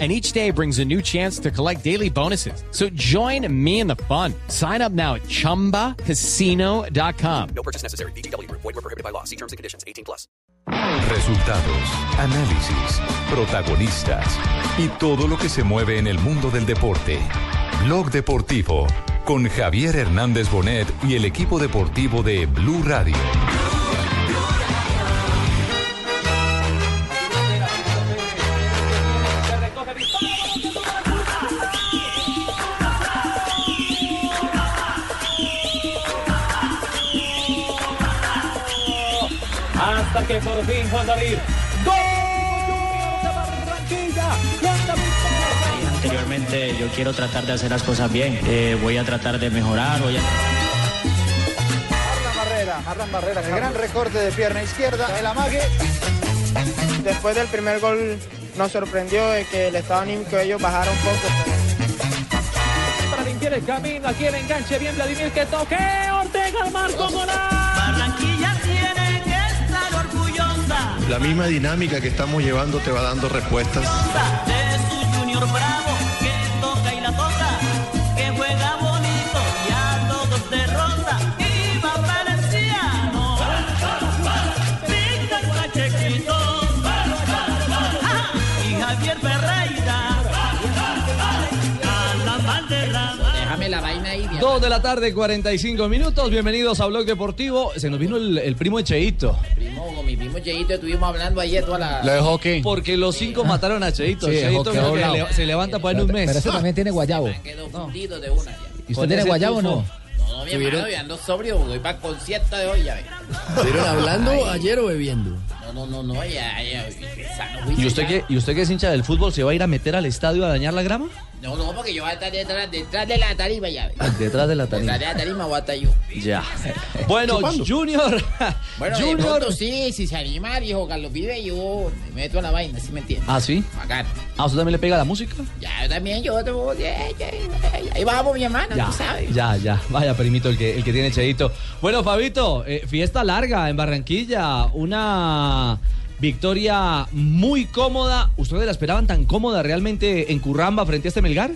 and each day brings a new chance to collect daily bonuses. So join me in the fun. Sign up now at ChumbaCasino.com. No purchase necessary. BGW. Void were prohibited by law. See terms and conditions. 18 plus. Resultados, análisis, protagonistas y todo lo que se mueve en el mundo del deporte. Blog Deportivo con Javier Hernández Bonet y el equipo deportivo de Blue Radio. Hasta que por fin Juan David. ¡Gol! de Barranquilla! ¡Juan David Pérez! Anteriormente yo quiero tratar de hacer las cosas bien, Eh, voy a tratar de mejorar, voy a... Arlan Barrera, Arlan Barrera, el gran recorte de pierna izquierda, el amague. Después del primer gol nos sorprendió de que el estado anímico de ellos bajara un poco. Para limpiar el camino, aquí el enganche, bien Vladimir que toque. Ortega al marco, golazo. Barranquilla tiene que estar orgullosa La misma dinámica que estamos llevando te va dando respuestas. de su Junior Bravo que toca y la toca, que juega bonito y a todos derrota. ¡Viva Valenciano! Víctor Pachequito Ajá, Ah, y Javier Ferreira a la bandera. Déjame la vaina ahí. Diana. Dos de la tarde, 45 minutos. Bienvenidos a Blog Deportivo. Se nos vino el, el primo Echeito. Primo, con mi primo Cheito estuvimos hablando ayer toda la... dejó que. Porque los cinco mataron a Cheito. Sí, Cheito dejó creo que quedado le- se levanta para en un mes. también tiene guayabo. Me quedó fundido de una. ya. ¿Y Con ese tufo. No, no, mi hermano, yo ando sobrio, voy para el concierto de hoy, ya ve. ¿Estuvieron hablando ayer o bebiendo? No, no, no, no, ya, ya, ya, sano, ¿Y juicio, usted, ya. que, ¿Y usted que es hincha del fútbol se va a ir a meter al estadio a dañar la grama? No, no, porque yo voy a estar detrás, detrás de la tarima, ya ve. Detrás de la Detrás tarima. de la tarima voy a estar yo. Ya. Bueno, Junior. Bueno, de Junior. pronto sí, si se anima, viejo Carlos Vive, yo me meto a la vaina, ¿sí me entiendes? ¿Ah, sí? Bacano. ¿A usted también le pega la música? Ya, yo también, yo, te voy, ya, ya, ya. ahí vamos, mi hermano, Ya, tú sabes. ya, ya. Vaya, primito, el que, el que tiene Cheito. Bueno, Fabito, eh, fiesta larga en Barranquilla. Una victoria muy cómoda. ¿Ustedes la esperaban tan cómoda realmente en Curramba frente a este Melgar?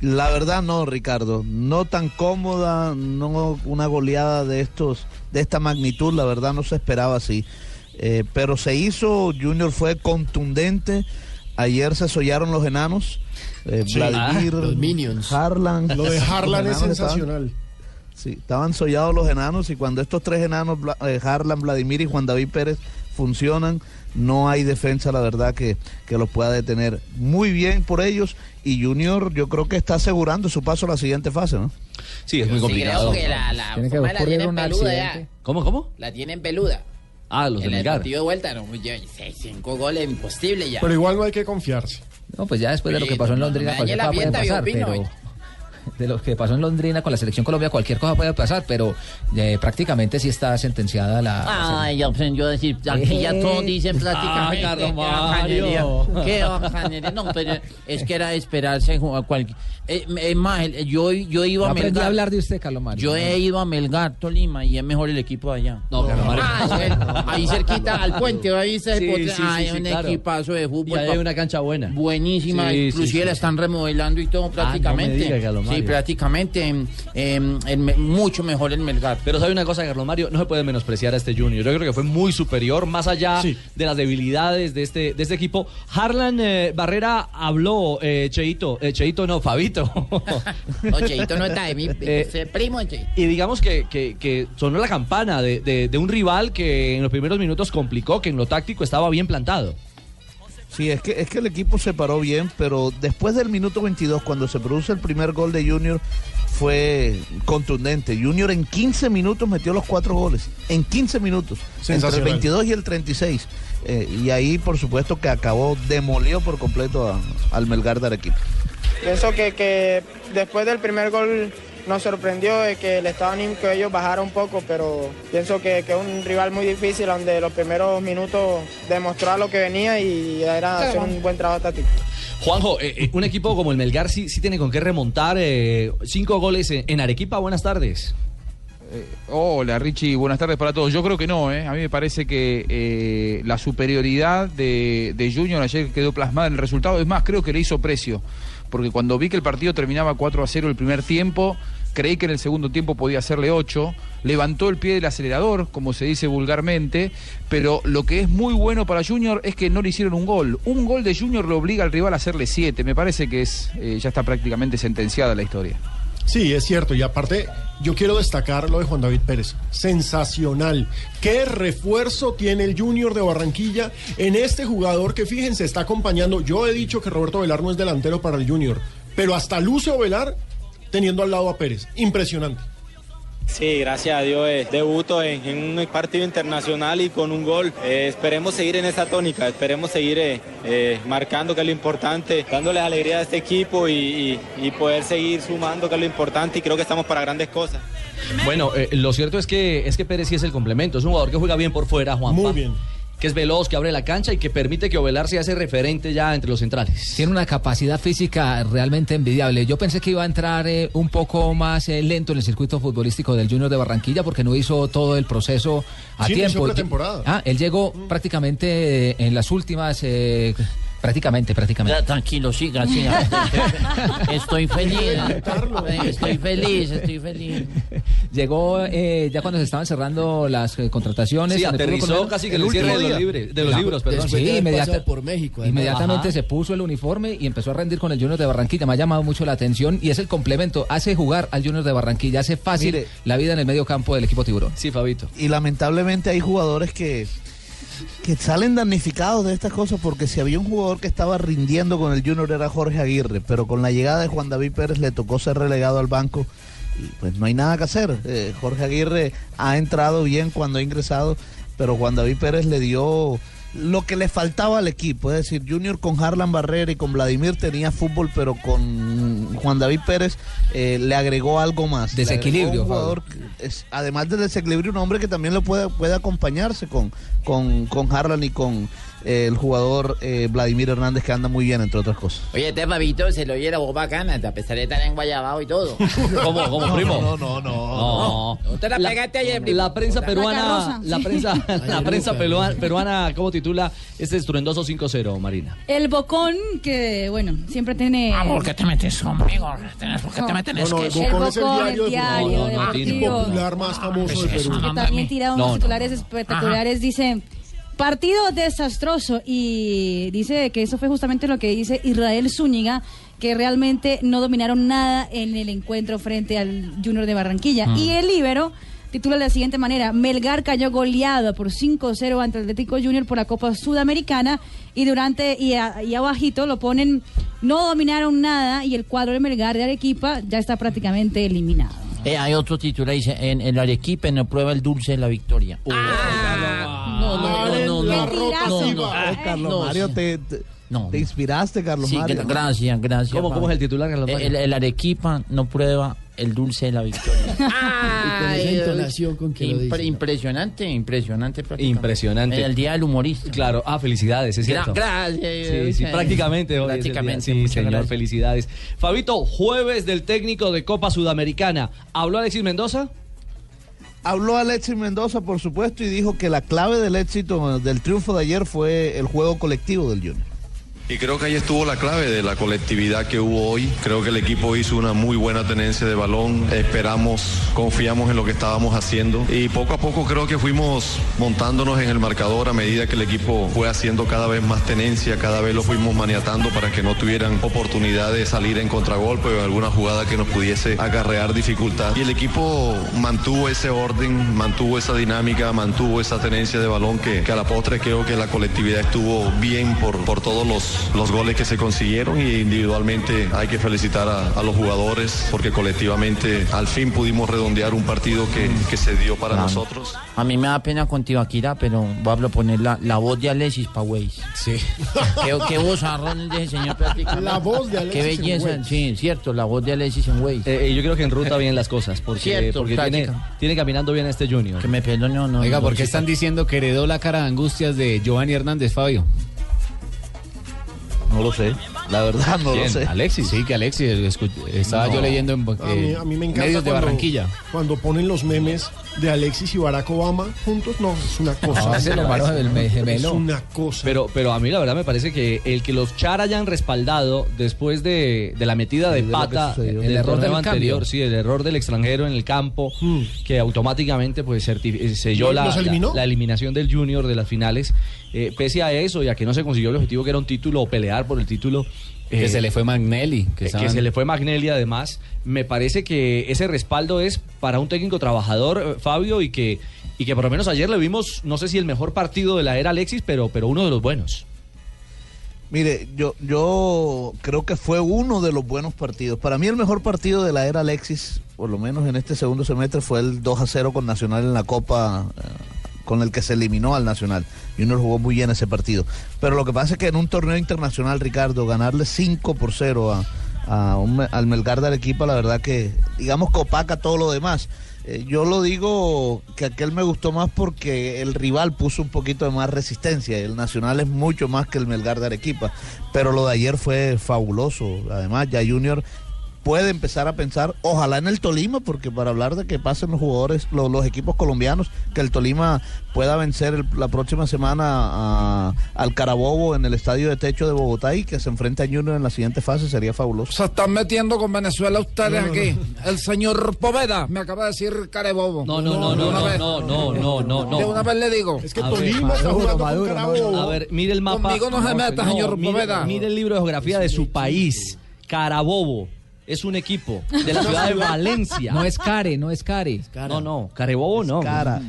La verdad no, Ricardo, no tan cómoda, no una goleada de estos, de esta magnitud, la verdad no se esperaba así. Eh, pero se hizo, Junior fue contundente. Ayer se sollaron los enanos. eh, Vladimir, Ah, los Minions. Harlan. Lo de los Harlan es enanos estaban- sensacional. Sí, estaban sollados los enanos y cuando estos tres enanos, Bla- eh, Harlan, Vladimir y Juan David Pérez, funcionan, no hay defensa, la verdad, que, que los pueda detener. Muy bien por ellos y Junior yo creo que está asegurando su paso a la siguiente fase, ¿no? Sí, es muy Pues Sí, creo complicado. que la, la Tiene que forma la ocurrir tienen un peluda ya. accidente. ¿Cómo, cómo? La tienen peluda. Ah, los de en el Melgar. partido de vuelta, no, ya, seis, cinco goles, imposible ya. Pero igual no hay que confiarse. No, pues ya después de lo Oye, que pasó en no, Londrina, no me cualquier dañe cosa puede la fiesta, pasar, yo opino, pero... De lo que pasó en Londrina con la selección Colombia, cualquier cosa puede pasar, pero eh, prácticamente sí está sentenciada la... Ay, ya, pues, yo decir, aquí ya todos dicen prácticamente. Ay, Carlos qué Mario. bacanería, Qué bacanería. No, pero es que era esperarse a cualquier. Eh, es más, el- yo, yo iba No a aprendí a Melgar. hablar de usted, Carlos Mario. Yo he ido a Melgar, Tolima, y es mejor el equipo de allá. No, Carlos Mario. Ah, bueno, ahí cerquita al puente, ahí se Sí, sí, sí, hay sí, un claro. equipazo de Y fútbol. ahí hay papá. una cancha buena. Buenísima, Sí, sí, inclusive sí. la están remodelando y todo prácticamente. Ah, diga, Carlos sí, Mario. prácticamente em, em, em, mucho mejor el Melgar. Pero sabe una cosa, Carlos Mario, no se puede menospreciar a este Junior. Yo creo que fue muy superior, más allá Sí. de las debilidades de este, de este equipo. Harlan eh, Barrera habló, eh, Cheito, eh, Cheito no, Fabito. No, Cheito no está de mi Eh, ese primo de Cheito. Y digamos que, que- que sonó la campana de, de- de un rival que en los primeros minutos complicó, que en lo táctico estaba bien plantado. Sí, es que, es que el equipo se paró bien, pero después del minuto 22, cuando se produce el primer gol de Junior, fue contundente. Junior en 15 minutos metió los cuatro goles. En 15 minutos. Entre el Sensacional. 22 y el 36. Eh, y ahí, por supuesto, que acabó, demolió por completo a- al Melgar de Arequipa. Pienso que, que después del primer gol nos sorprendió de que el estado anímico de ellos bajara un poco, pero pienso que, que es un rival muy difícil, donde los primeros minutos demostró lo que venía y era hacer un buen trabajo táctico. Juanjo, eh, eh, un equipo como el Melgar sí, sí tiene con qué remontar eh, cinco goles en, en Arequipa. Buenas tardes. Hola Richie, buenas tardes para todos. Yo creo que no, ¿eh? a mí me parece que eh, la superioridad de, de Junior ayer quedó plasmada en el resultado. Es más, creo que le hizo precio, porque cuando vi que el partido terminaba 4 a 0 el primer tiempo, creí que en el segundo tiempo podía hacerle 8, levantó el pie del acelerador, como se dice vulgarmente, pero lo que es muy bueno para Junior es que no le hicieron un gol. Un gol de Junior lo obliga al rival a hacerle 7, me parece que es, eh, ya está prácticamente sentenciada la historia. Sí, es cierto. Y aparte, yo quiero destacar lo de Juan David Pérez. Sensacional. Qué refuerzo tiene el Junior de Barranquilla en este jugador que, fíjense, está acompañando. Yo he dicho que Roberto Velar no es delantero para el Junior, pero hasta Lucio Velar teniendo al lado a Pérez. Impresionante. Sí, gracias a Dios. eh, debuto en, en un partido internacional y con un gol. Eh, esperemos seguir en esa tónica, esperemos seguir eh, eh, marcando, que es lo importante, dándole alegría a este equipo y, y- y poder seguir sumando, que es lo importante, y creo que estamos para grandes cosas. Bueno, eh, lo cierto es que, es que Pérez sí es el complemento. Es un jugador que juega bien por fuera, Juanpa. Muy bien. Que es veloz, que abre la cancha y que permite que Ovelar se hace referente ya entre los centrales. Tiene una capacidad física realmente envidiable. Yo pensé que iba a entrar eh, un poco más eh, lento en el circuito futbolístico del Junior de Barranquilla porque no hizo todo el proceso a Sí, inició tiempo. pretemporada. Ah, él llegó Mm. prácticamente eh, en las últimas. eh, prácticamente, Ah, prácticamente. tranquilo, siga, siga. Estoy feliz. Estoy feliz, estoy feliz. Llegó eh, ya cuando se estaban cerrando las eh, contrataciones. Sí, en el fútbol aterrizó colombiano. casi que El en el cierre último de los día. libres- de los Ya, libros, perdón. después Sí, de haber inmediata- pasado por México. además. Inmediatamente Ajá. se puso el uniforme y empezó a rendir con el Junior de Barranquilla. Me ha llamado mucho la atención y es el complemento. Hace jugar al Junior de Barranquilla, hace fácil Mire. la vida en el medio campo del equipo tiburón. Sí, Fabito. Y lamentablemente hay jugadores que, que salen damnificados de estas cosas porque si había un jugador que estaba rindiendo con el Junior era Jorge Aguirre, pero con la llegada de Juan David Pérez le tocó ser relegado al banco y pues no hay nada que hacer. Eh, Jorge Aguirre ha entrado bien cuando ha ingresado, pero Juan David Pérez le dio lo que le faltaba al equipo, es decir, Junior con Harlan Barrera y con Vladimir tenía fútbol, pero con Juan David Pérez eh, le agregó algo más. Le agregó Desequilibrio, un jugador es, además del desequilibrio, un hombre que también lo puede, puede acompañarse con, con, con Harlan y con eh, el jugador eh, Vladimir Hernández, que anda muy bien, entre otras cosas. Oye, este Fabito se lo oye la voz bacana, a pesar de estar en Guayabao y todo. ¿Cómo, cómo, primo? No, no, no. No te la pegaste ayer, primo. La prensa Puta. peruana, Macarrosa. la prensa, la prensa peruana, peruana, ¿cómo titula este estruendoso 5-0, Marina? El bocón que, bueno, siempre tiene... ¿Por qué te metes, conmigo? ¿Por qué te meten? No, no, el Es que- Bocón El es el Bocón, diario, el diario deportivo, deportivo. popular más famoso del Perú. que también tira unos titulares espectaculares, dice, partido desastroso y dice que eso fue justamente lo que dice Israel Zúñiga, que realmente no dominaron nada en el encuentro frente al Junior de Barranquilla. Mm. Y el Ibero titula de la siguiente manera, Melgar cayó goleado por 5-0 ante Atlético Junior por la Copa Sudamericana y durante y, a- y abajito lo ponen, no dominaron nada y el cuadro de Melgar de Arequipa ya está prácticamente eliminado. Eh, hay otro título, dice, en el Arequipa no prueba el dulce de la victoria. Ah, Ah, No, no, no, no, no, no, no, Oh, Carlos no, Mario, sí. te, te- te inspiraste, Carlos Sí, Mario. gra- gracias, gracias. ¿Cómo- Fabio. cómo es el titular, Carlos Eh, Mario? El, el Arequipa no prueba el dulce de la victoria. Ay, Ay, entonación con que lo impre- dice. Impresionante, impresionante. prácticamente. Impresionante. En el día del humorista. Claro, ah, felicidades, es Gra- cierto. gracias. Sí, sí, Sí. prácticamente. hoy es el día. Prácticamente, Sí, muchas señor, gracias. felicidades. Fabito, jueves del técnico de Copa Sudamericana. ¿Habló Alexis Mendoza? Habló Alexis Mendoza, por supuesto, y dijo que la clave del éxito, del triunfo de ayer, fue el juego colectivo del Junior. Y creo que ahí estuvo la clave de la colectividad que hubo hoy. Creo que el equipo hizo una muy buena tenencia de balón. Esperamos, confiamos en lo que estábamos haciendo. Y poco a poco creo que fuimos montándonos en el marcador a medida que el equipo fue haciendo cada vez más tenencia, cada vez lo fuimos maniatando para que no tuvieran oportunidad de salir en contragolpe o en alguna jugada que nos pudiese acarrear dificultad. Y el equipo mantuvo ese orden, mantuvo esa dinámica, mantuvo esa tenencia de balón que, que a la postre creo que la colectividad estuvo bien por, por todos los los, los goles que se consiguieron y individualmente hay que felicitar a, a los jugadores porque colectivamente al fin pudimos redondear un partido que, que se dio para Claro. nosotros. A mí me da pena con Tibaquira, pero voy a proponer la, la voz de Alexis Paweis. Sí. Qué, qué vozarrón el de ese señor prácticamente. La voz de Qué Alexis belleza, Engues. sí, cierto, la voz de Alexis en Waze. Eh, yo creo que enruta bien las cosas, porque, Cierto, porque tiene, práctica. tiene caminando bien a este Junior. Que me perdone o no. Oiga, no, ¿por qué sí, están diciendo que heredó la cara de angustias de Giovanni Hernández, Fabio? No lo sé. La verdad no lo sé. Alexis. Sí, que Alexis. eh, escu- Estaba No. yo leyendo en A mí, eh, a mí me encanta medios de cuando- Barranquilla. Cuando ponen los memes de Alexis y Barack Obama juntos, no, es una Ah, cosa. Es una cosa. Pero, pero a mí la verdad me parece que el que los Char hayan respaldado después de, de la metida de Sí, de lo que pata, sucedió. el El error error del cambio. anterior, sí, el error del extranjero en el campo, que automáticamente pues certi- eh, selló Hmm. ¿Los la, eliminó? la- la eliminación del Junior de las finales. Eh, pese a eso y a que no se consiguió el objetivo que era un título o pelear por el título. eh, Que se le fue Magnelli. Que, estaban- se le fue Magnelli además. Me parece que ese respaldo es para un técnico trabajador, eh, Fabio, y que, y que por lo menos ayer le vimos, no sé si el mejor partido de la era Alexis, pero, pero uno de los buenos. Mire, yo, yo creo que fue uno de los buenos partidos. Para mí el mejor partido de la era Alexis, por lo menos en este segundo semestre, fue el 2 a 0 con Nacional en la Copa, eh, con el que se eliminó al Nacional. Junior jugó muy bien ese partido. Pero lo que pasa es que en un torneo internacional, Ricardo, ganarle 5 por 0 a, a un me- al Melgar de Arequipa, la verdad que, digamos, copaca todo lo demás. Eh, yo lo digo que aquel me gustó más porque el rival puso un poquito de más resistencia. El Nacional es mucho más que el Melgar de Arequipa. Pero lo de ayer fue fabuloso. Además, ya Junior puede empezar a pensar, ojalá en el Tolima, porque para hablar de que pasen los jugadores, lo- los, equipos colombianos, que el Tolima pueda vencer el- la próxima semana a- al Carabobo en el Estadio de Techo de Bogotá y que se enfrente a Junior en la siguiente fase, sería fabuloso. Se están metiendo con Venezuela ustedes No, no, aquí. El señor Poveda me acaba de decir carebobo. No, no, no, De no, una vez- no, no, no, no, no. De una vez le digo. Es que A ver, Tolima está Maduro, jugando con Maduro, Carabobo. no, no. A ver, mire el mapa. Conmigo no se No, meta, no, señor mire- Poveda. mire el libro de geografía de su país. Carabobo es un equipo de la ciudad de Valencia. No es care, no es care. No, no, Carebobo no.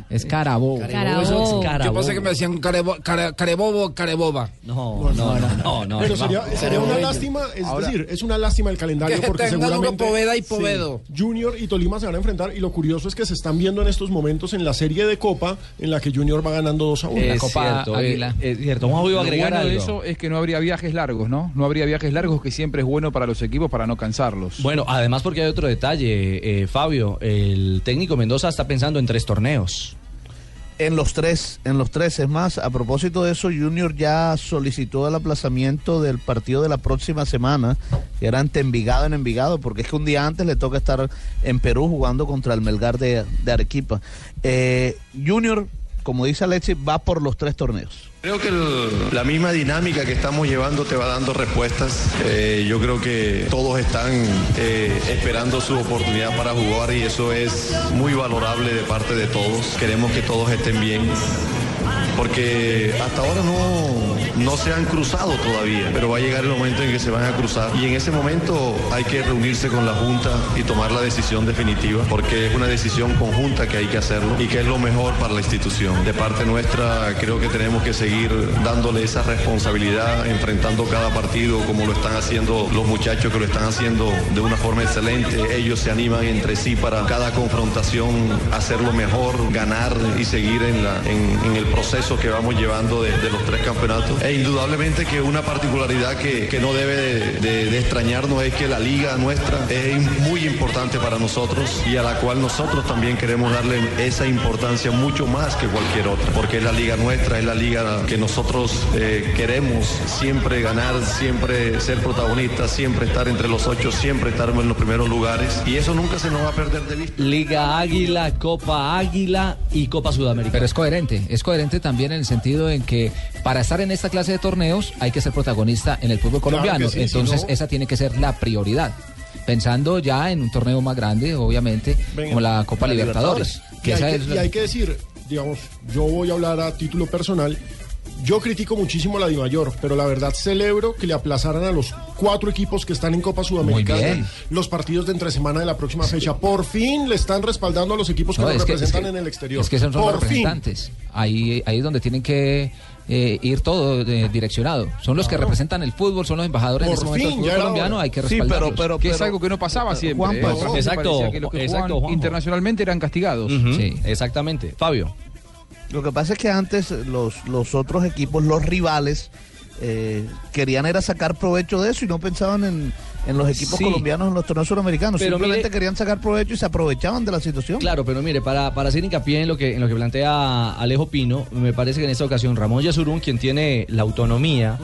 Es carabobo. Eso es- Yo pensé que me decían carebo- care- carebobo, careboba. No, no, no, no, no. Pero sería, sería una lástima, es Ahora- decir, es una lástima el calendario Que porque tengan uno seguramente Poveda y Povedo. Sí, Junior y Tolima se van a enfrentar y lo curioso es que se están viendo en estos momentos en la serie de Copa en la que Junior va ganando 2 a 1. Es cierto, eh, es cierto. Vamos a agregar lo bueno de algo. eso es que no habría viajes largos, ¿no? No habría viajes largos que siempre es bueno para los equipos para no cansarlos. Bueno, además porque hay otro detalle, eh, Fabio, el técnico Mendoza está pensando en tres torneos. En los tres, en los tres. Es más, a propósito de eso, Junior ya solicitó el aplazamiento del partido de la próxima semana, que era ante Envigado en Envigado, porque es que un día antes le toca estar en Perú jugando contra el Melgar de, de Arequipa. Eh, Junior, como dice Alexis, va por los tres torneos. Creo que el- la misma dinámica que estamos llevando te va dando respuestas. Eh, yo creo que todos están eh, esperando su oportunidad para jugar y eso es muy valorable de parte de todos. Queremos que todos estén bien. Porque hasta ahora no, no se han cruzado todavía, pero va a llegar el momento en que se van a cruzar. Y en ese momento hay que reunirse con la Junta y tomar la decisión definitiva, porque es una decisión conjunta que hay que hacerlo y que es lo mejor para la institución. De parte nuestra, creo que tenemos que seguir dándole esa responsabilidad, enfrentando cada partido como lo están haciendo los muchachos que lo están haciendo de una forma excelente. Ellos se animan entre sí para cada confrontación hacerlo mejor, ganar y seguir en, la- en- en el proceso que vamos llevando de, de los tres campeonatos. E indudablemente que una particularidad que, que no debe de, de- de extrañarnos es que la liga nuestra es muy importante para nosotros y a la cual nosotros también queremos darle esa importancia mucho más que cualquier otra, porque es la liga nuestra, es la liga que nosotros eh, queremos siempre ganar, siempre ser protagonistas, siempre estar entre los ocho, siempre estar en los primeros lugares y eso nunca se nos va a perder de vista. Liga Águila, Copa Águila y Copa Sudamérica. Pero es coherente, es coherente también en el sentido en que para estar en esta clase de torneos hay que ser protagonista en el fútbol Claro que colombiano. sí, si Entonces no- esa tiene que ser la prioridad. Pensando ya en un torneo más grande, obviamente, Venga, como la Copa la Libertadores. Y esa hay, es que, la- y hay que decir, digamos, yo voy a hablar a título personal. Yo critico muchísimo a la Dimayor, pero la verdad celebro que le aplazaran a los cuatro equipos que están en Copa Sudamericana bien. los partidos de entre semana de la próxima fecha. Por fin le están respaldando a los equipos que No, lo es que- representan es que- en el exterior. Es que son los Por fin. representantes. Ahí, ahí es donde tienen que eh, ir todo eh, direccionado. Son los que representan el fútbol, son los embajadores en Por este momento fin, ya del fútbol era colombiano. hora. Hay que Sí, pero- respaldarlos. pero- Que es pero- algo que no pasaba siempre, Juanpa, eh. Para mí exacto, parecía que los que exacto, jugaban Juanjo. internacionalmente eran castigados. Sí, exactamente. Fabio. Lo que pasa es que antes los, los otros equipos, los rivales, eh, querían era sacar provecho de eso y no pensaban en, en los equipos Sí. colombianos en los torneos suramericanos. Pero Simplemente mire- querían sacar provecho y se aprovechaban de la situación. Claro, pero mire, para, para hacer hincapié en lo, que, en lo que plantea Alejo Pino, me parece que en esta ocasión Ramón Yasurún, quien tiene la autonomía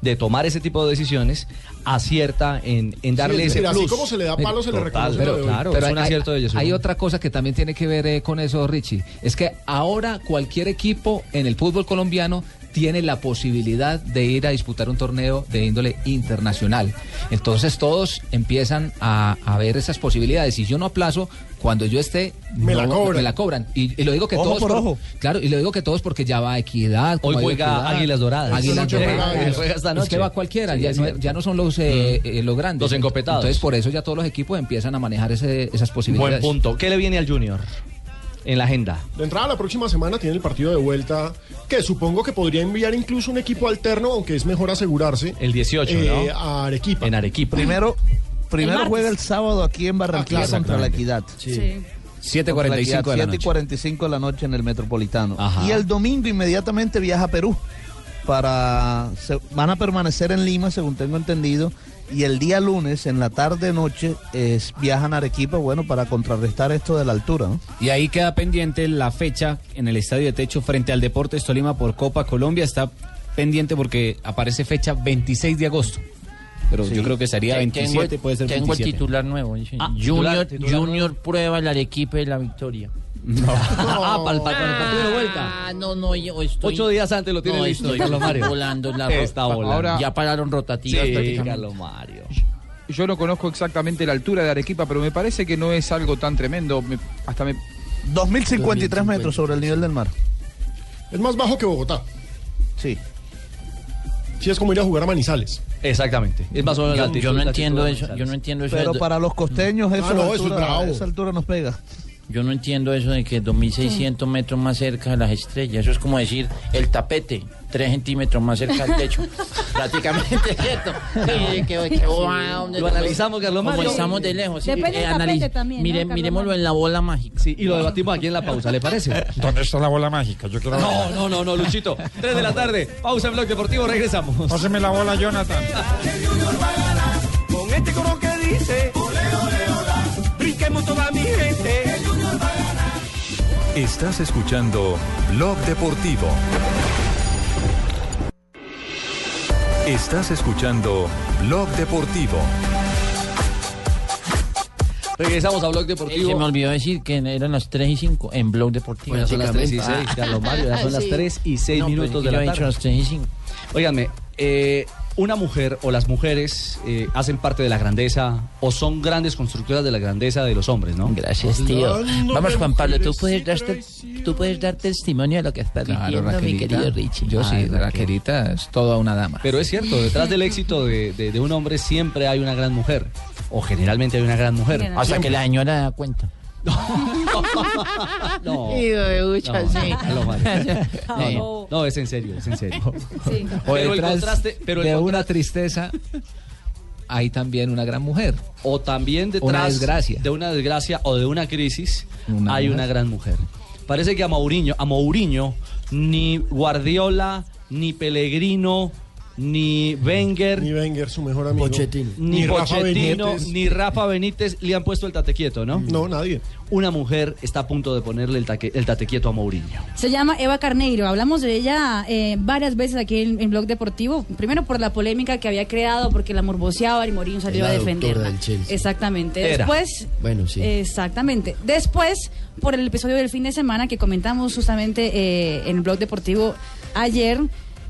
de tomar ese tipo de decisiones, acierta en, en darle es ese decir, así plus. como se le da palo, se le reconoce Pero, lo de hoy. claro, es un hay, acierto de Yasurún. hay otra cosa que también tiene que ver eh, con eso, Richie. Es que ahora cualquier equipo en el fútbol colombiano tiene la posibilidad de ir a disputar un torneo de índole internacional. Entonces todos empiezan a, a ver esas posibilidades. Si yo no aplazo, cuando yo esté, Me no- la cobran. me la cobran. Y, y lo digo que Ojo todos por ojo. Claro, y lo digo que todos porque ya va Equidad. como ha ido juega Equidad, Águilas Doradas. Esta Águilas noche juega Doradas. Águilas. Juega esta Es que noche. va cualquiera, Sí, ya, es no, cierto. Mm. ya no son los, eh, eh, los grandes. Los encopetados. Entonces por eso ya todos los equipos empiezan a manejar ese- esas Buen posibilidades. punto. ¿Qué le viene al Junior en la agenda? De entrada, la próxima semana tiene el partido de vuelta, que supongo que podría enviar incluso un equipo alterno, aunque es mejor asegurarse. El 18, eh, ¿no? A Arequipa. En Arequipa. Primero, primero martes. juega el sábado aquí en Barranquilla Ah, claro. contra la Equidad. Sí. Sí. 7:45 de la 7 y 45 de la noche en el Metropolitano. Ajá. Y el domingo inmediatamente viaja a Perú. Para, se- van a permanecer en Lima, según tengo entendido. Y el día lunes, en la tarde-noche, es, viajan a Arequipa, bueno, para contrarrestar esto de la altura. ¿no? Y ahí queda pendiente la fecha en el Estadio de Techo frente al Deportes Tolima por Copa Colombia. Está pendiente porque aparece fecha 26 de agosto. Pero yo creo que sería Te- 27, tengo, puede ser Tengo 27. el titular nuevo. dice, Ah, junior titular, titular Junior prueba el Arequipe de la victoria. Ah, para el, pa- para el partido de vuelta. Ah, no, no, yo estoy... Ocho días antes lo tiene no, listo, estoy Carlos Mario. volando la Está ropa. volando. Ahora- Ya pararon rotativas Sí, prácticamente. Carlos Mario. Yo no conozco exactamente la altura de Arequipa, pero me parece que no es algo tan tremendo. Me- hasta me... 2053 metros sobre el nivel del mar. Es más bajo que Bogotá. Sí. Sí, es como ir a jugar a Manizales. Exactamente. Es más o menos la Yo- altitud. yo no la entiendo altitud de eso, yo Manizales. no entiendo eso. Pero es- para los costeños, eso, Ah, no, a eso es altura- bravo. esa altura nos pega. Yo no entiendo eso de que 2600 metros más cerca de las estrellas. Eso es como decir el tapete, 3 centímetros más cerca del techo. Prácticamente es cierto. Sí, que- que- wow, Lo analizamos, Carlos Como Mario. estamos de lejos. sí, eh, Eh, Depende del analiz- tapete también, ¿no, mire- Carlos miremoslo Mario? en la bola mágica. Sí, y lo debatimos aquí en la pausa, ¿le parece? ¿Dónde está la bola mágica? Yo quiero No, no, no, no, Luchito. 3 de la tarde. Pausa en Blog Deportivo, regresamos. Páseme la bola, Jonathan. Con este coro que dice, brinquemos toda mi gente. Estás escuchando Blog Deportivo. Estás escuchando Blog Deportivo. Regresamos a Blog Y Deportivo. se me olvidó decir que eran las 3 y 5 en Blog Deportivo. Bueno, son las 3 y 6, prácticamente. ah. Carlos Mario. Ya son las Sí. 3 y 6 No, pues, minutos yo de la he tarde. dicho las 3 y 5. Óiganme, eh, una mujer o las mujeres eh, hacen parte de la grandeza o son grandes constructoras de la grandeza de los hombres, ¿no? Gracias, tío. Vamos, Juan Pablo, tú puedes, dar, tú puedes dar testimonio de lo que está Claro, viviendo mi Raquelita. querido Richie. Yo sí, Ay, Raquelita es toda una dama. Pero es cierto, detrás del éxito de, de- de un hombre siempre hay una gran mujer. O generalmente hay una gran mujer. Hasta que la señora da cuenta. No. Y de ducha, No, sí. no, no, no, no, no, es en serio, es en serio. O Pero el detrás contraste, pero el de contraste- una tristeza hay también una gran mujer. o también detrás Una desgracia. de una desgracia o de una crisis Una hay mujer. una gran mujer. Parece que a Mourinho, a Mourinho ni Guardiola, ni Pellegrino, ni Wenger, Ni Wenger, su mejor amigo. ni, Rafa Pochettino, Benítez. ni Rafa Benítez le han puesto el tate quieto, ¿no? No, nadie. Una mujer está a punto de ponerle el, taque- el tate quieto a Mourinho. Se llama Eva Carneiro. Hablamos de ella eh, varias veces aquí en, en Blog Deportivo. Primero por la polémica que había creado, porque la morboseaba y Mourinho salió Es a la defenderla. doctora del Chelsea. Exactamente. Era. Después. eh, Bueno, sí. Exactamente. Después, por el episodio del fin de semana que comentamos justamente eh, en Blog Deportivo ayer,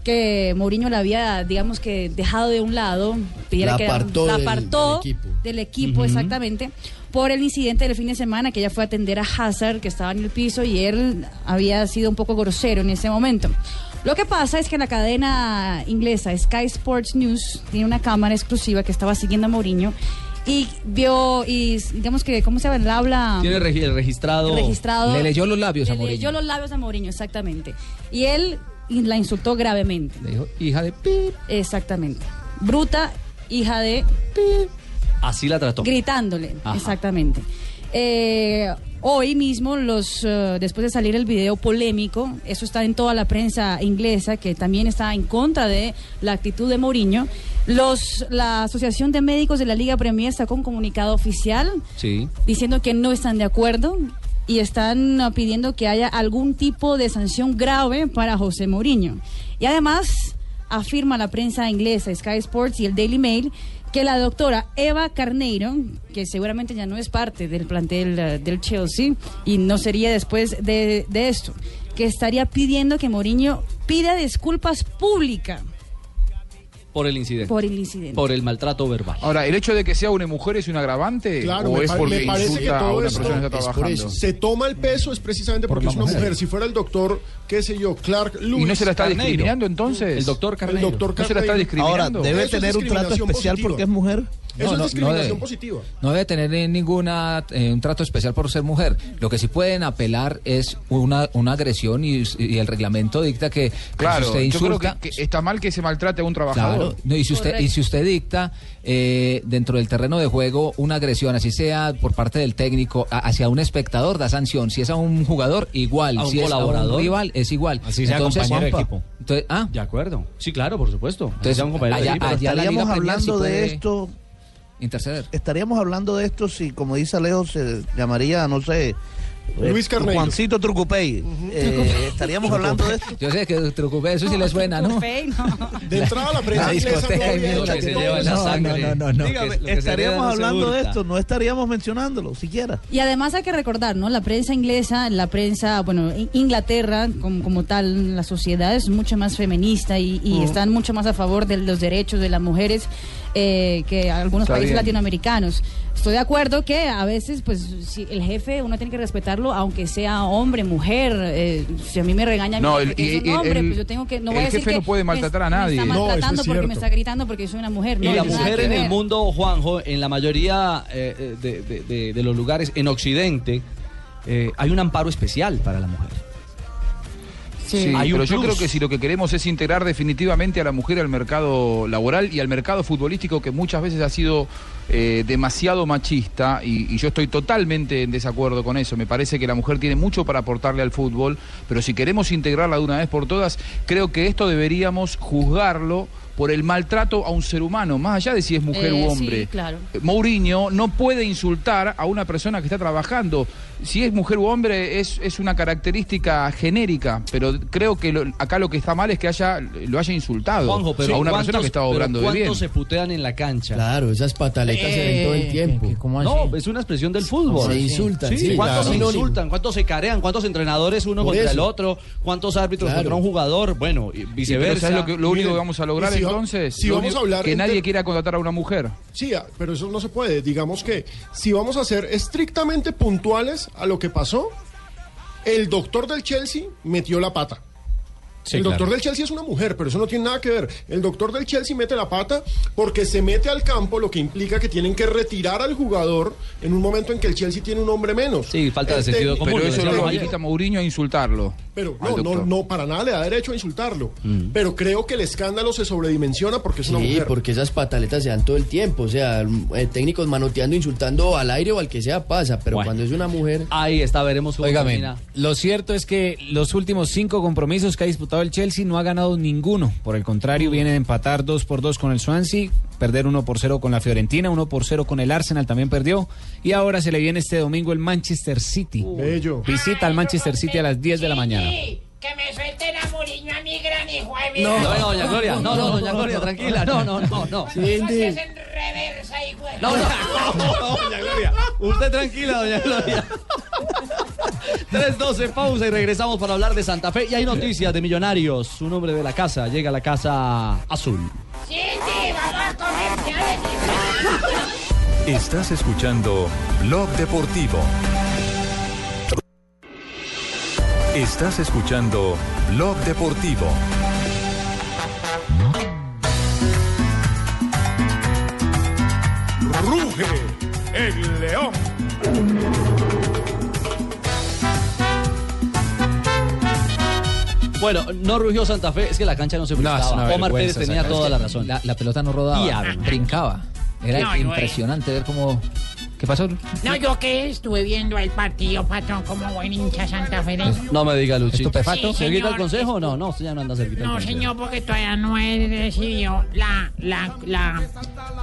que Mourinho la había, digamos que, dejado de un lado, pidiera La que apartó del- apartó del equipo. del equipo, Ujú. exactamente, por el incidente del fin de semana que ella fue a atender a Hazard, que estaba en el piso, y él había sido un poco grosero en ese momento. Lo que pasa es que la cadena inglesa Sky Sports News tiene una cámara exclusiva que estaba siguiendo a Mourinho y vio, y digamos que, ¿cómo se llama? El habla... Tiene regi- el registrado. Ah. El registrado- Le leyó los labios a Le leyó Mourinho. los labios a Mourinho, exactamente. Y él y la insultó gravemente. Le dijo, hija de pip. Exactamente. Bruta, hija de... Así la trató. Gritándole, Ajá. exactamente. Eh, hoy mismo, los, eh, después de salir el video polémico, eso está en toda la prensa inglesa, que también está en contra de la actitud de Mourinho, los, la Asociación de Médicos de la Liga Premier sacó un comunicado oficial Sí. diciendo que no están de acuerdo y están ah, pidiendo que haya algún tipo de sanción grave para José Mourinho. Y además afirma la prensa inglesa Sky Sports y el Daily Mail que la doctora Eva Carneiro, que seguramente ya no es parte del plantel eh, del Chelsea y no sería después de, de esto, que estaría pidiendo que Mourinho pida disculpas públicas Por el incidente. por el incidente. Por el maltrato verbal. Ahora, el hecho de que sea una mujer es un agravante Claro, o me, es pare- porque me parece que insulta a todo una esto persona que está es por trabajando. eso. se toma el peso es precisamente porque la es una mujer. mujer. Si fuera el doctor, qué sé yo, Clark Lewis. ¿Y no se la está Carneiro. discriminando entonces? El doctor Carneiro. El doctor ¿No se la está Carneiro. discriminando? Ahora, debe Eso es tener un trato discriminación especial positiva. porque es mujer. Eso No, no, no es discriminación eh, debe. positiva. No debe tener eh, ninguna eh, un trato especial por ser mujer. Lo que sí pueden apelar es una, una agresión y, y el reglamento dicta que pues, si Claro, usted yo creo insulta. que, que está mal que se maltrate a un trabajador. Claro, no, y si usted, y si usted dicta eh, dentro del terreno de juego una agresión, así sea por parte del técnico, a- hacia un espectador da sanción, si es a un jugador, igual, A un si es a un colaborador. rival, es igual. Así sea compañero de equipo. Entonces, ah, De acuerdo. Sí, claro, por supuesto. Así Entonces, sea un compañero de allá- equipo. allá la Estaríamos Liga Premier sí hablando de puede- esto. Interceder. Estaríamos hablando de esto si, como dice Alejo, se llamaría, no sé. eh, Luis Carneiro. Juancito Trucupey. Eh, estaríamos hablando de esto. Yo sé que Trucupé, eso sí le suena, ¿no? De entrada la prensa inglesa no discoteca había y hecho que se todo lleva eso. la No, sangre. no, no, no, no. Dígame, Lo que se estaríamos hereda no se hablando de hurta. esto, no estaríamos mencionándolo siquiera. Y además hay que recordar, ¿no? La prensa inglesa, la prensa, bueno, I- Inglaterra como, como tal, la sociedad es mucho más feminista y, y Mm. Ujú. están mucho más a favor de los derechos de las mujeres eh, que algunos Está países bien. latinoamericanos. Estoy de acuerdo que a veces, pues, si el jefe uno tiene que respetarlo, aunque sea hombre, mujer. eh, si a mí me regaña, No, mi el- jefe, que y- es un y- hombre, el- pues yo tengo que. No el voy a decir jefe no que puede me- maltratar a nadie. Me está No, eso es maltratando porque cierto. me está gritando porque soy una mujer. Y no, la tiene nada mujer que en ver. el mundo, Juanjo, en la mayoría eh, eh, de, de- de- de los lugares en Occidente, eh, hay un amparo especial para la mujer. Sí, Hay un pero yo plus. creo que si lo que queremos es integrar definitivamente a la mujer al mercado laboral y al mercado futbolístico que muchas veces ha sido eh, demasiado machista y, y yo estoy totalmente en desacuerdo con eso. Me parece que la mujer tiene mucho para aportarle al fútbol, pero si queremos integrarla de una vez por todas, creo que esto deberíamos juzgarlo por el maltrato a un ser humano, más allá de si es mujer Eh, u sí, hombre. claro. Mourinho no puede insultar a una persona que está trabajando. Si es mujer u hombre es, es una característica genérica, pero creo que lo- acá lo que está mal es que haya lo haya insultado Juanjo, pero a una ¿cuántos- persona que está pero obrando de cuántos bien. se putean en la cancha? Claro, esas pataletas se ven todo eh, el tiempo. Ah, No, es una expresión del fútbol. Se insultan, sí, ¿Cuántos claro. se Sinónimo. insultan? ¿Cuántos se carean? ¿Cuántos entrenadores uno Por contra eso. el otro? ¿Cuántos árbitros Claro. contra un jugador? Bueno, y Sí, pero viceversa. ¿sabes lo, que- lo único que vamos a lograr y si va- entonces? si Lo vamos único- a hablar este- que en nadie ter- quiera contratar a una mujer. Sí, ah, pero eso no se puede. Digamos que si vamos a ser estrictamente puntuales a lo que pasó, el doctor del Chelsea metió la pata. Sí, el doctor claro. del Chelsea es una mujer, pero eso no tiene nada que ver. El doctor del Chelsea mete la pata porque se mete al campo, lo que implica que tienen que retirar al jugador en un momento en que el Chelsea tiene un hombre menos. Este, Sí, falta de sentido común, Pero lo eso no decíamos lo ayer. habilita a Mourinho a insultarlo. al Pero no, no, doctor. no, para nada le da derecho a insultarlo. Mm. Pero creo que el escándalo se sobredimensiona porque es una Sí, mujer. porque esas pataletas se dan todo el tiempo. O sea, eh, técnicos manoteando, insultando al aire o al que sea pasa, pero cuando es una mujer. Ahí está, veremos cómo Óigame, termina. Lo cierto es que los últimos cinco compromisos que ha disputado el Chelsea no ha ganado ninguno. Por el contrario, viene de empatar 2 por 2 con el Swansea, perder 1 por 0 con la Fiorentina, 1 por 0 con el Arsenal, también perdió. Y ahora se le viene este domingo el Manchester City. Bello. Visita al Manchester City a las 10 de la mañana. Que me suelten a Mourinho a mi gran hijo de mi No, no, doña Gloria, no, no, doña Gloria, tranquila, no, no, no, no. reversa, hijo de- No, no, doña Gloria. Usted tranquila, doña Gloria. 3.12, pausa y regresamos para hablar de Santa Fe. Y hay noticias de Millonarios. Un hombre de la casa llega a la casa azul. Sí, sí, vamos a comerciales. Estás escuchando Blog Deportivo. Estás escuchando Blog Deportivo. ruge el león. Bueno, no rugió Santa Fe, es que la cancha no se es prestaba. una Omar Pérez vergüenza, tenía Santa Fe. toda Es la que razón. La, la pelota no rodaba, Y a- brincaba. Era No, no, eh. impresionante ver cómo... ¿Qué pasó? No, yo que estuve viendo el partido, patrón, como buen hincha santafereño. No me diga, Luchito. ¿Estupefato? Sí, ¿Cerquita el señor. consejo o no? No, usted ya no anda cerquita. del No, consejo. señor, porque todavía no he recibido la, la, la,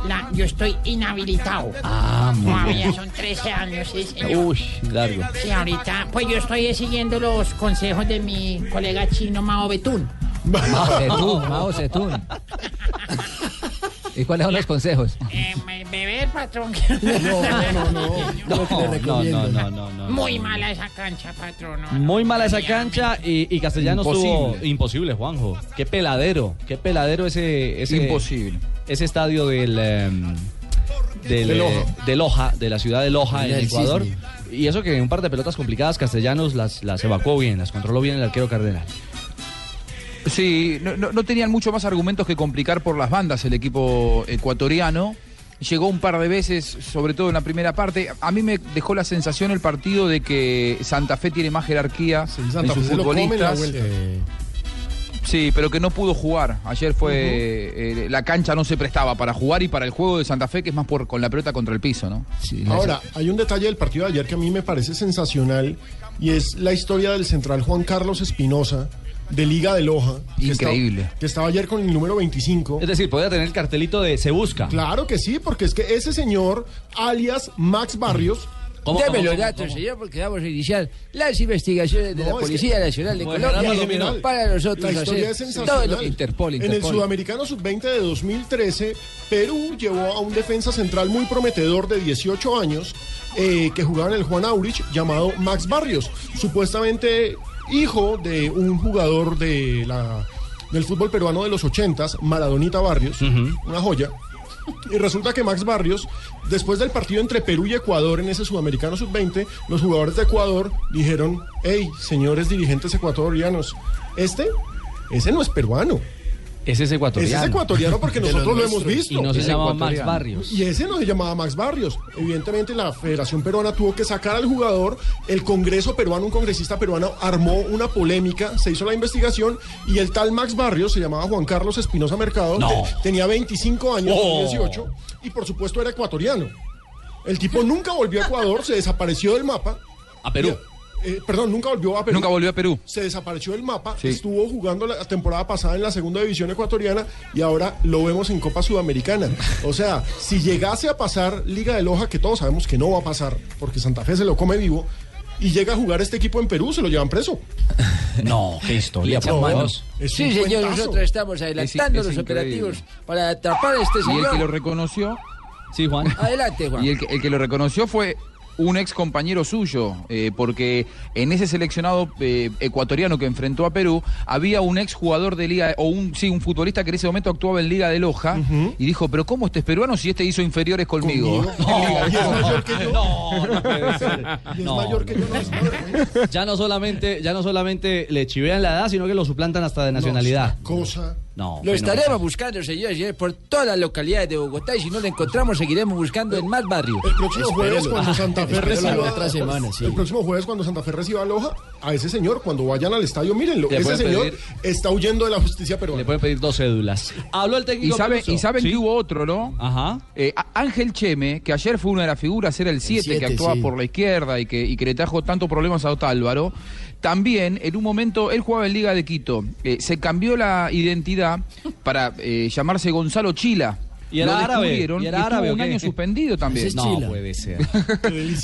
la, yo estoy inhabilitado. Ah, muy Todavía bien. son 13 años, sí, señor. Uy, largo. Sí, ahorita, pues yo estoy siguiendo los consejos de mi colega chino Mao Betún. Mao Zedong, Mao Zedong. ¿Y cuáles son los consejos? Eh, me- beber, patrón. No, no, no, No, no, no, no, no. Muy mala esa cancha, patrón. no. Muy mala esa cancha y, y Castellano estuvo Imposible. imposible, Juanjo. Qué peladero, qué peladero ese, ese Imposible. Ese estadio del em, del, De Loja. eh, de Loja, de la ciudad de Loja en Del Ecuador. cisne. Y eso que un par de pelotas complicadas Castellanos las, las evacuó bien, las controló bien el arquero Cardenal. Sí, no, no- no tenían mucho más argumentos que complicar por las bandas el equipo ecuatoriano. Llegó un par de veces, sobre todo en la primera parte. A mí me dejó la sensación el partido de que Santa Fe tiene más jerarquía en Santa Fe sus se lo come en la futbolistas. vuelta. Sí, pero que no pudo jugar. Ayer fue. eh, la cancha no se prestaba para jugar y para el juego de Santa Fe, que es más por, con la pelota contra el piso, ¿no? Ahora, hay un detalle del partido de ayer que a mí me parece sensacional y es la historia del central Juan Carlos Espinosa de Liga de Loja. que está- Increíble. Que estaba ayer con el número 25. Es decir, podía tener el cartelito de se busca. Claro que sí, porque es que ese señor, alias Max Barrios. ¿Cómo, Deme cómo, los cómo, datos, cómo? señor, porque vamos a iniciar las investigaciones de No, la es que- Policía Nacional de Bueno, Colombia nada más lo miró. para nosotros La historia es hacer todo sensacional. lo que Interpol, En el Interpol. Sudamericano Sub-20 de 2013, Perú llevó a un defensa central muy prometedor de 18 años eh, que jugaba en el Juan Aurich llamado Max Barrios, supuestamente hijo de un jugador de la, del fútbol peruano de los 80s, Maradonita Barrios, una joya. Y resulta que Max Barrios, después del partido entre Perú y Ecuador en ese sudamericano sub-20, los jugadores de Ecuador dijeron, hey, señores dirigentes ecuatorianos, este, ese no es peruano. Ese es ecuatoriano. Ese es ecuatoriano porque De nosotros lo los hemos nuestros. visto. Y no se Ese llamaba Max ecuatoriano. Barrios. Y ese no se llamaba Max Barrios. Evidentemente la Federación Peruana tuvo que sacar al jugador. El Congreso peruano, un congresista peruano, armó una polémica, se hizo la investigación y el tal Max Barrios, se llamaba Juan Carlos Espinosa Mercado, No. te- tenía 25 años, Oh. 18, y por supuesto era ecuatoriano. El tipo nunca volvió a Ecuador, se desapareció del mapa. A Perú. Eh, perdón, nunca volvió a Perú. Nunca volvió a Perú. Se desapareció del mapa, Sí. estuvo jugando la temporada pasada en la segunda división ecuatoriana y ahora lo vemos en Copa Sudamericana. O sea, si llegase a pasar Liga de Loja, que todos sabemos que no va a pasar, porque Santa Fe se lo come vivo, y llega a jugar este equipo en Perú, se lo llevan preso. No, qué historia, Le echan por manos. Dios. Es Sí, un señor, cuentazo. nosotros estamos adelantando Es- es los increíble. operativos para atrapar a Y este el que lo señor. reconoció. Sí, Juan. Adelante, Juan. Y el que, el que lo reconoció fue un ex compañero suyo, eh, porque en ese seleccionado eh, ecuatoriano que enfrentó a Perú, había un ex jugador de Liga, o un, sí, un futbolista que en ese momento actuaba en Liga de Loja, y dijo, pero ¿cómo este es peruano si este hizo inferiores conmigo? No, Ya no solamente, ya no solamente le chivean la edad, sino que lo suplantan hasta de nacionalidad. cosa. No. Lo fenómeno. estaremos buscando, señor, señor, por todas las localidades de Bogotá y si no lo encontramos seguiremos buscando en más barrios. El próximo jueves Espérelo. Ah, cuando Santa Fe Espérelo reciba la otra semana, sí. El próximo jueves cuando Santa Fe reciba a Loja, a ese señor cuando vayan al estadio, mírenlo, Le ese pueden señor pedir- está huyendo de la justicia Le peruana. pueden pedir dos cédulas. Habló el técnico Y, sabe- Peluso. y saben Sí. que hubo otro, ¿no? Ajá. Eh, a- Ángel Cheme, que ayer fue una de las figuras, era el 7, que siete, actuaba sí. por la izquierda y que, y que le trajo tantos problemas a Otálvaro. También, en un momento, él jugaba en Liga de Quito. Eh, se cambió la identidad para eh, llamarse Gonzalo Chila. Y era Lo árabe, descubrieron y era estuvo árabe, ¿o un qué? año suspendido también. Ese es No Chila. puede ser.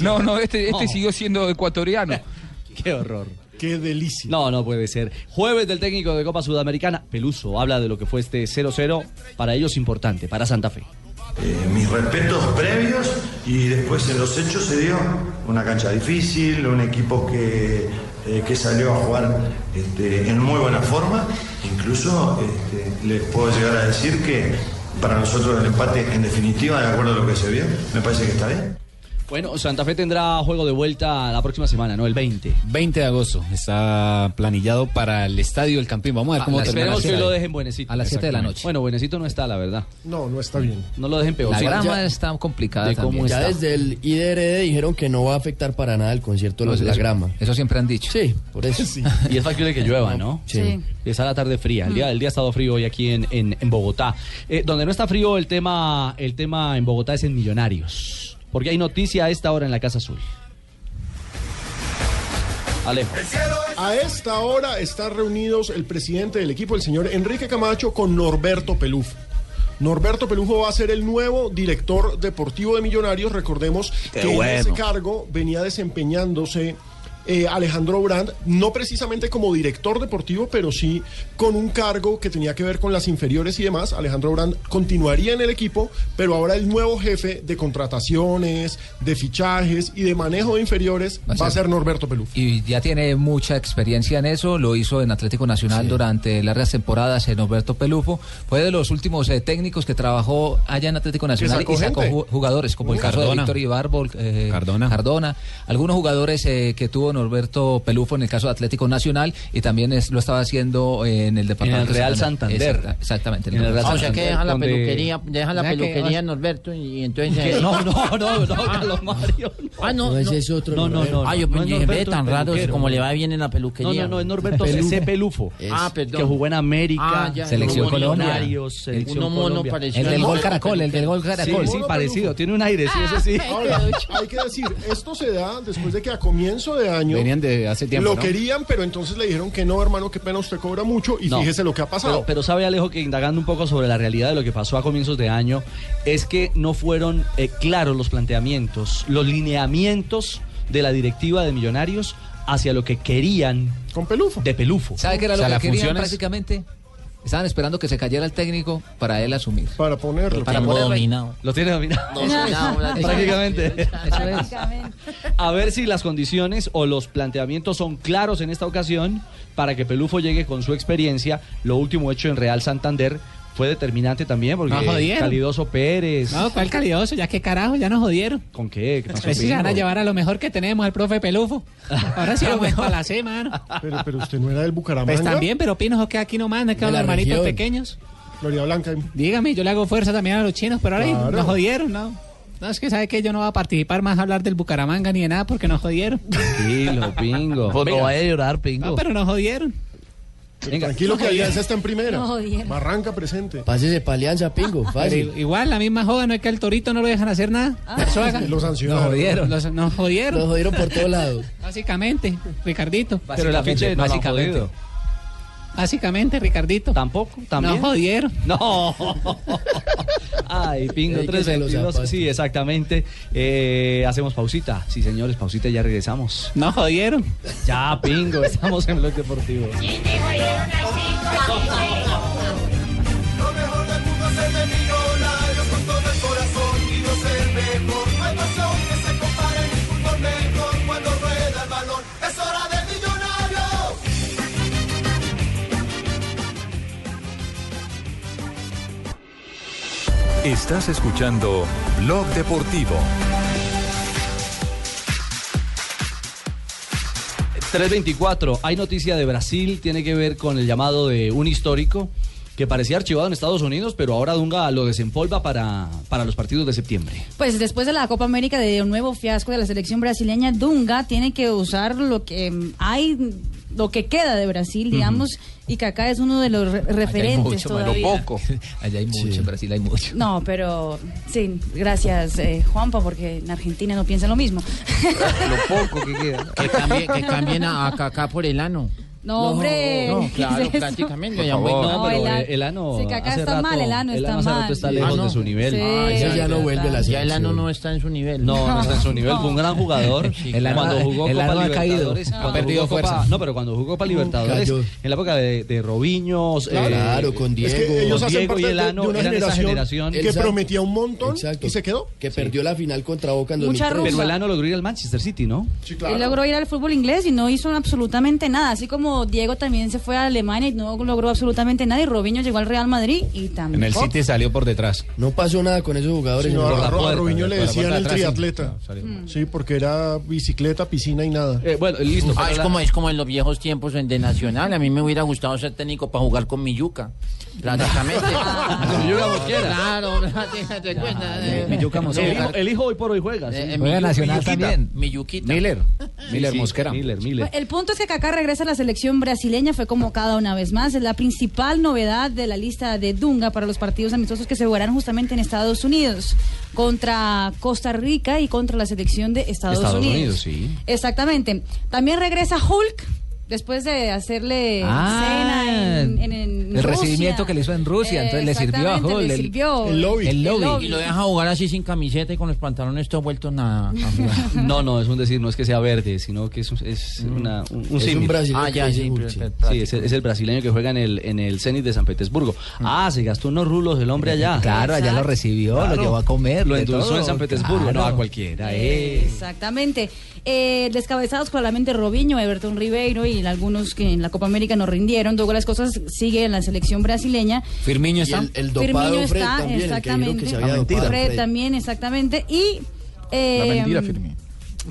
no, no, este, este No. siguió siendo ecuatoriano. Qué horror. Qué delicia. No, no puede ser. Jueves del técnico de Copa Sudamericana, Peluso habla de lo que fue este 0-0. Para ellos importante, para Santa Fe. Eh, mis respetos previos y después en los hechos se dio una cancha difícil, un equipo que, eh, que salió a jugar este, en muy buena forma. Incluso este, les puedo llegar a decir que para nosotros el empate en definitiva, de acuerdo a lo que se vio, me parece que está bien. Bueno, Santa Fe tendrá juego de vuelta la próxima semana, ¿no? El 20. 20 de agosto está planillado para el estadio El Campín. Vamos a ver cómo Ah, termina. Esperemos la que hoy serie. lo dejen buenecito. A las siete de la noche. Bueno, buenecito no está, la verdad. No, no está bien. No lo dejen peor. La Sí, grama ya- está complicada de cómo ya está. desde el IDRD dijeron que no va a afectar para nada el concierto de No, los de la eso- grama. Eso siempre han dicho. Sí, por eso. Y es factible que llueva, ¿no? Sí. Sí. Y Está la tarde fría. El Mm. día, el día ha estado frío hoy aquí en, en- en Bogotá. Eh, donde no está frío el tema, el tema en Bogotá es en Millonarios. Porque hay noticia a esta hora en la Casa Azul. Alejo. A esta hora están reunidos el presidente del equipo, el señor Enrique Camacho, con Norberto Pelufo. Norberto Pelufo va a ser el nuevo director deportivo de Millonarios. Recordemos Qué que en ese bueno. cargo venía desempeñándose eh, Alejandro Brand, no precisamente como director deportivo, pero sí con un cargo que tenía que ver con las inferiores y demás. Alejandro Brand continuaría en el equipo, pero ahora el nuevo jefe de contrataciones, de fichajes y de manejo de inferiores va a ser Norberto Pelufo. Y ya tiene mucha experiencia en eso, lo hizo en Atlético Nacional durante largas temporadas en Roberto Pelufo. Fue de los últimos eh, técnicos que trabajó allá en Atlético Nacional sacó y sacó gente. ju- jugadores, como el Uh, caso de Cardona. Víctor Ibarbol, eh, Cardona. Algunos jugadores eh, que tuvo Norberto Pelufo en el caso de Atlético Nacional y también es- lo estaba haciendo eh, en el departamento. el Real de Santander. Exacta- exactamente. En el Real Real Ah, o sea que Santander, dejan la donde- peluquería, dejan la Vea que- peluquería Norberto y, y entonces... ¿Qué? No, no, no, no, Carlos Mario. Ah, no, No, ese no. es otro No, no, Norberto. no, Ah, yo no es pensé, ve Norberto tan el raro peluquero. como le va bien en la peluquería. No, no, no, es Norberto C. Pelufo. Ah, perdón. Que jugó en América, Ah, ya. Selección jugó en Colombia. Millonarios, Selección Uno mono Colombia. parecido. El del gol Caracol, el del gol Caracol. Sí, sí, parecido, tiene un aire, sí, Ah, Ah, eso sí. Ahora, hay que decir, esto se da después de que a comienzo de año Venían de hace tiempo. lo ¿no? querían, pero entonces le dijeron que no, hermano, qué pena, usted cobra mucho y No. fíjese lo que ha pasado. Pero, pero sabe Alejo que indagando un poco sobre la realidad de lo que pasó a comienzos de año, es que no fueron eh, claros los planteamientos, los lineamientos de la directiva de Millonarios hacia lo que querían con Pelufo. de Pelufo. ¿Sabe qué era lo que querían prácticamente? Estaban esperando que se cayera el técnico para él asumir. Para ponerlo. Para tiene ponerlo ahí. dominado. Lo tiene dominado. No, no, no, no. prácticamente. Prácticamente. A ver si las condiciones o los planteamientos son claros en esta ocasión para que Pelufo llegue con su experiencia. Lo último hecho en Real Santander fue determinante también porque No jodieron. Calidoso Pérez. No, ¿cuál calidoso? Ya qué carajo, ya nos jodieron. ¿Con qué? ¿Qué pasó, Pues si se van a Pingo? llevar a lo mejor que tenemos al profe Pelufo. Ahora sí vamos para la C, mano. Pero, pero usted no era del Bucaramanga. Pues también, pero Pino, que aquí no manda, que De a los la hermanitos región. pequeños. Gloria Blanca. Dígame, yo le hago fuerza también a los chinos, pero ahora ahí Claro. nos jodieron, ¿no? No, es que sabe que yo no voy a participar más a hablar del Bucaramanga ni de nada porque nos jodieron. Tranquilo, Pingo. Pues no Venga. vaya a llorar, No, pero nos jodieron. Venga. Tranquilo que Alianza está en primera. No, bien. Barranca presente. Pásese pa' Alianza, pingo, fácil. Pero Igual, la misma joda, no es que al torito no lo dejan hacer nada. Arzuaga. Lo sancionaron. Nos jodieron. Los- nos jodieron. Nos jodieron por todos lados. Básicamente, Ricardito. Pero la ficha no básicamente. Básicamente, Ricardito. Tampoco, también. Nos jodieron. No. Ay, Pingo Hay que se los 322. zapatos. Sí, exactamente. Eh, hacemos pausita. Sí, señores, pausita y ya regresamos. No jodieron. Ya, Pingo, estamos en Blog Deportivo. Lo mejor del mundo es ser de millonarios con todo el corazón y no ser mejor. No hay pasión que se compare ni fútbol mejor cuando rueda el balón. Es hora de millonarios. Estás escuchando Blog Deportivo. 324. Hay noticia de Brasil, tiene que ver con el llamado de un histórico que parecía archivado en Estados Unidos, pero ahora Dunga lo desempolva para, para los partidos de septiembre. Pues después de la Copa América de un nuevo fiasco de la selección brasileña, Dunga tiene que usar lo que mm, hay, lo que queda de Brasil, digamos, y Kaká es uno de los re- Allá hay referentes mucho, mano, todavía. poco. Allá hay mucho, en Brasil hay mucho. No, pero sí, gracias eh, Juanpa, porque en Argentina no piensan lo mismo. poco que queda. Que cambien, que cambien a, a Kaká por el ano. No, hombre. No, ¿qué claro, es eso? prácticamente. Por ya, favor. bueno. No, pero el- el ano Sí, Kaká hace está rato- mal, el ano el está ano hace rato mal. está lejos de su nivel. Sí, Ah, ya, ya no total. vuelve la Ya el ano selección. no está en su nivel. No, no está en su nivel. Fue un gran jugador. El ano- cuando jugó el Copa ano ha Libertadores. caído, ha cuando perdido jugó Copa- fuerza. no, pero cuando jugó Copa Libertadores, cayó. en la época de, de Robinho, Claro, claro, con Diego. Es que ellos Con Diego y parte el de- ano de una eran esa generación. que prometía un montón y se quedó. Que perdió la final contra Boca en Mucha 2003. Pero el ano logró ir al Manchester City, ¿no? Él logró ir al fútbol inglés y no hizo absolutamente nada, así como como Diego también se fue a Alemania y no logró absolutamente nada. Y Robinho llegó al Real Madrid y también. En el City salió por detrás. No pasó nada con esos jugadores. No, sino a, por la Ro- a puerta, Robinho por le la decían puerta el atrás, sí. triatleta. Sí, porque era bicicleta, piscina y nada. eh, bueno, listo. Ah, es, como, es como en los viejos tiempos en de Nacional. A mí me hubiera gustado ser técnico para jugar con mi yuca. Prácticamente. Claro, prácticamente. Ah, eh. Mi yuca El Mosquera. hijo, el hijo hoy por hoy juega. sí. Eh, eh, Juega mi- Nacional mi yuquita, también. Mi yuquita. Miller. Miller Sí, sí, Mosquera. Miller, Pues, el punto es que Kaká regresa a la selección brasileña, fue convocada una vez más. Es la principal novedad de la lista de Dunga para los partidos amistosos que se jugarán justamente en Estados Unidos, contra Costa Rica y contra la selección de Estados, Unidos. sí. Exactamente. También regresa Hulk después de hacerle Ah, cena en, en- en El Rusia. recibimiento que le hizo en Rusia, Eh, entonces le sirvió a exactamente, Hall. le sirvió. El lobby. El lobby. Y lo deja jugar así sin camiseta y con los pantalones todos vueltos nada. No, no, es un decir, no es que sea verde, sino que es, un- es una, un, Es un símil. brasileño Ah, que ya, dice sí, Hulk, sí. Sí, es, el- es el brasileño que juega en el, en el Zenit de San Petersburgo. Ah, se gastó unos rulos el hombre allá. Claro, allá lo recibió, lo llevó a comer, Lo de endulzó todo, en San Petersburgo, claro. no a cualquiera. eh. Exactamente. Eh, descabezados claramente Robinho, Everton Ribeiro y algunos que en la Copa América no rindieron. Douglas Cosas sigue en la selección brasileña. Firmiño está. Firmino está, exactamente. Ah, Fred también, exactamente. Y eh,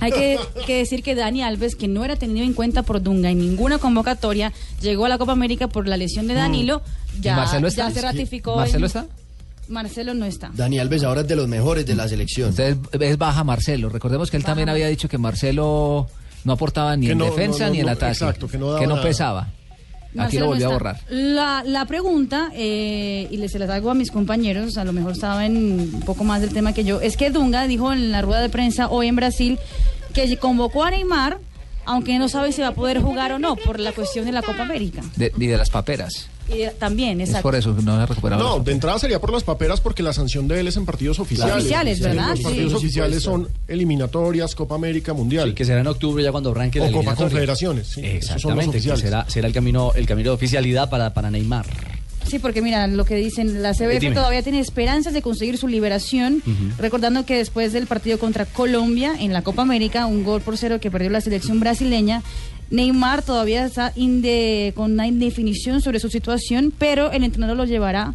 hay que, que decir que Dani Alves, que no era tenido en cuenta por Dunga en ninguna convocatoria, llegó a la Copa América por la lesión de Danilo. Ya, Mm. ¿Y Marcelo está? ya se ratificó. ¿Marcelo en- está? Marcelo no está. Dani Alves ahora es de los mejores de la selección. Entonces es baja Marcelo. Recordemos que él también había dicho que Marcelo no aportaba ni Que en no, defensa no, no, ni en no, ataque, exacto, que que no, no daba nada. pesaba. Aquí Marcelo lo volvió no a está. borrar. La, la pregunta, eh, y le- se las hago a mis compañeros, a lo mejor saben un poco más del tema que yo, es que Dunga dijo en la rueda de prensa hoy en Brasil que convocó a Neymar, aunque no sabe si va a poder jugar o no, por la cuestión de la Copa América. De- y de las paperas. Y eh, también, Es exacto. por eso que no ha recuperado. No, de entrada sería por las paperas porque la sanción de él es en partidos oficiales. Oficiales, ¿verdad? Los Sí. partidos Por supuesto. oficiales son eliminatorias, Copa América, Mundial. Que será en octubre ya cuando arranque la o Copa eliminatoria. Confederaciones. sí, esos son los Exactamente, que oficiales. será, será el camino, el camino de oficialidad para, para Neymar. Sí, porque mira, lo que dicen, la Eh, CBF dime. todavía tiene esperanzas de conseguir su liberación, Ujú. recordando que después del partido contra Colombia en la Copa América, un gol por cero que perdió la selección brasileña, Neymar todavía está inde- con una indefinición sobre su situación, pero el entrenador lo llevará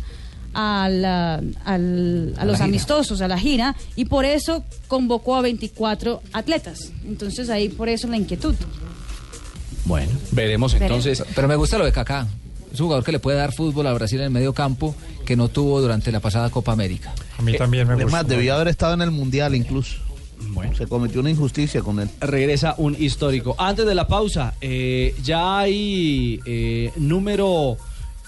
a, la- al- a A la los gira. amistosos, a la gira, y por eso convocó a 24 atletas. Entonces ahí por eso la inquietud. Bueno, veremos entonces. Pero me gusta lo de Kaká. Es un jugador que le puede dar fútbol a Brasil en el medio campo que no tuvo durante la pasada Copa América. A Eh, mí también me Además, gustó. debió haber estado en el Mundial incluso. Se cometió una injusticia con él. Regresa un histórico. Antes de la pausa, eh, ya hay eh, número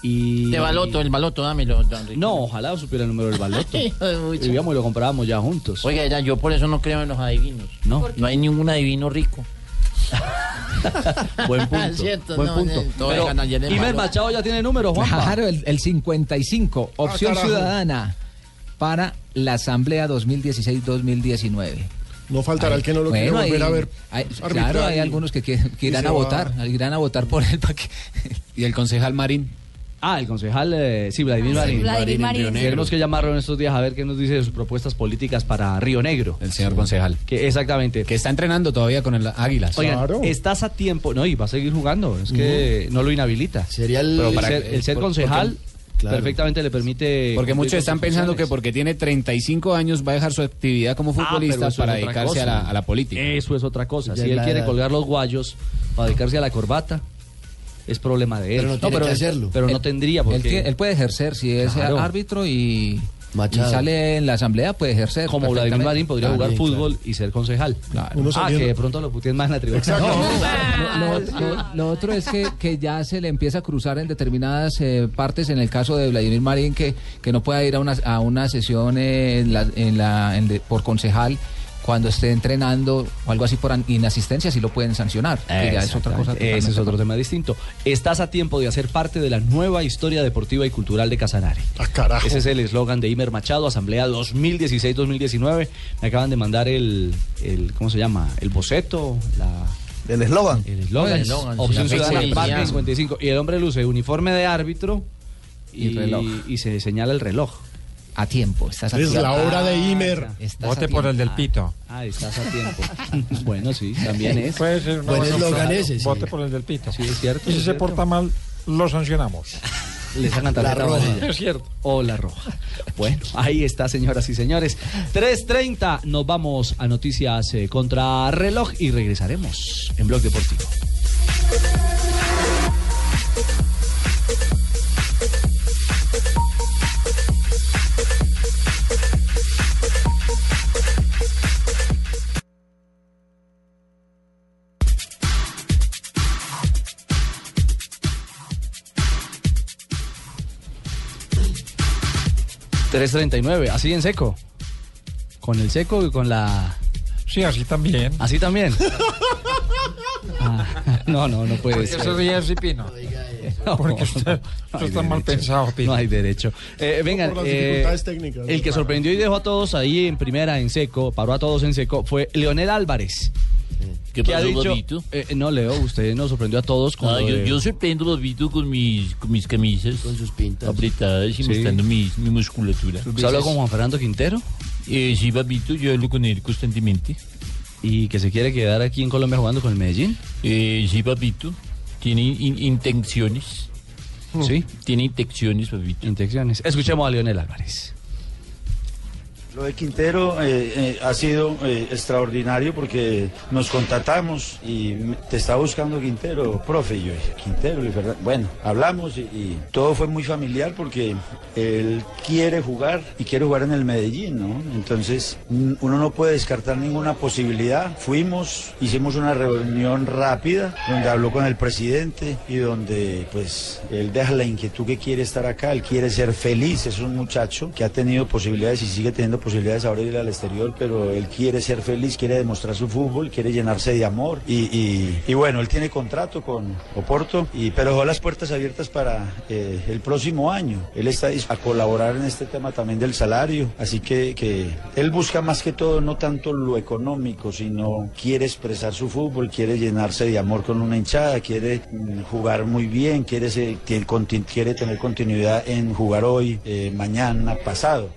y. De Este baloto, el baloto, dámelo. don Ricardo. No, ojalá supiera el número del baloto. Ay, mucho. Vivíamos y lo comprábamos ya juntos. Oiga, ya, yo por eso no creo en los adivinos. No, no hay ningún adivino rico. Buen punto. Cierto, buen no, punto. no, todo Pero el canal lleno de Imer valor. Machado ya tiene número, Juanpa. Claro, el, el 55, Ah, opción carajo. ciudadana para la Asamblea 2016-2019. No faltará el que no lo quiere volver a ver arbitrar claro, hay y- algunos que, que- que y irán se a va. votar, "Ah". irán a votar por él para que... Y el concejal Marín. Ah, el concejal, eh, sí, Vladimir Ah, sí, Marín. Vladimir Marín en Marín. Río Negro. Tenemos que llamarlo en estos días a ver qué nos dice de sus propuestas políticas para Río Negro. El señor concejal. Que, exactamente. Que está entrenando todavía con el Águilas. Oigan, Claro. estás a tiempo, no, y va a seguir jugando, es que no lo inhabilita. Sería el- Pero para- el el, ser- ser por- concejal porque- claro. perfectamente le permite... Porque cumplir muchos con están sus pensando funciones. que porque tiene 35 años va a dejar su actividad como Ah, pero futbolista eso para es otra dedicarse a cosa. la, a la política. Eso es otra cosa. Ya si es él la quiere edad. colgar los guayos para dedicarse a la corbata, es problema de él. Pero no tiene que hacerlo. Pero no Él- tendría Él, porque... tie- él puede ejercer, si es Claro. árbitro y, y Machado. sale en la Asamblea, puede ejercer. como Vladimir perfectamente. Marín podría Claro. jugar Sí, fútbol y ser concejal. Uno Ah, saliendo- que de pronto lo puteen más en la tribuna. No, lo, lo- lo otro es que, que ya se le empieza a cruzar en determinadas eh, partes, en el caso de Vladimir Marín, que, que no pueda ir a una, a una sesión eh, en la- en la- en de- por concejal cuando esté entrenando o algo así por an- inasistencia, sí lo pueden sancionar. que ya es otra cosa. Exactamente. Ese es otro tema distinto. Estás a tiempo de hacer parte de la nueva historia deportiva y cultural de Casanare. Ah, Ese es el eslogan de Imer Machado, Asamblea 2016-2019. Me acaban de mandar el, el ¿cómo se llama? El boceto, la... El eslogan. El eslogan. El es eslogan, sí. Opción La fecha Ciudadana, inicial. parte 55. Y el hombre luce uniforme de árbitro y, Y reloj. y se señala el reloj. a tiempo. Estás a Es tiempo. la hora de Imer. Estás Vote a por tiempo. el del pito. Ah, estás a tiempo. bueno, sí, también es. Puede ser una Buen buena eslogan opción. ese, sí. Vote por el del pito. Sí, es cierto, Y es si se cierto. porta mal, lo sancionamos. Le sacan tarjeta amarilla. Es cierto. O la roja. Bueno, ahí está, señoras y señores. 3.30, nos vamos a noticias eh, contra reloj y regresaremos en Blog Deportivo. nueve, así en seco. Con el seco y con la... Sí, así también. Así también. Ah, no, no, no puede ser. Eso ríe así, Pino. Porque usted, No usted hay está mal derecho. pensado, Pino. No hay derecho. Eh, vengan, Por las eh, dificultades técnicas, el que claro. sorprendió y dejó a todos ahí en primera, en seco, paró a todos en seco, fue Leonel Álvarez. ¿Qué que ha pasó, dicho, Bobito? eh, no, Leo, usted nos sorprendió a todos con Ah, lo yo, de- yo sorprendo Bobito con mis, con mis camisas. Con sus pintas. Apretadas y Sí. mostrando mi, mi musculatura. Eh, ¿Usted habla con Juan Fernando Quintero? sí, Bobito, yo hablo con él constantemente. ¿Y que se quiere quedar aquí en Colombia jugando con el Medellín? Eh, sí, Bobito. Tiene in- intenciones. Sí. Tiene intenciones, Bobito. Intenciones. Escuchemos a Leonel Álvarez. Lo de Quintero eh, eh, ha sido eh, extraordinario porque nos contratamos y me- te está buscando Quintero, profe. Y yo dije, Quintero, Luis Fernando". bueno, hablamos y, y todo fue muy familiar porque él quiere jugar y quiere jugar en el Medellín, ¿no? Entonces mm, uno no puede descartar ninguna posibilidad. Fuimos, hicimos una reunión rápida donde habló con el presidente y donde pues él deja la inquietud que quiere estar acá, él quiere ser feliz, es un muchacho que ha tenido posibilidades y sigue teniendo posibilidades ahora de ir al exterior, pero él quiere ser feliz, quiere demostrar su fútbol, quiere llenarse de amor y, y- y bueno, él tiene contrato con Oporto, y, pero dejó las puertas abiertas para eh, el próximo año. Él está dispuesto a colaborar en este tema también del salario, así que, que él busca más que todo no tanto lo económico, sino quiere expresar su fútbol, quiere llenarse de amor con una hinchada, quiere mm, jugar muy bien, quiere, ser- tiene conti- quiere tener continuidad en jugar hoy, eh, mañana, pasado.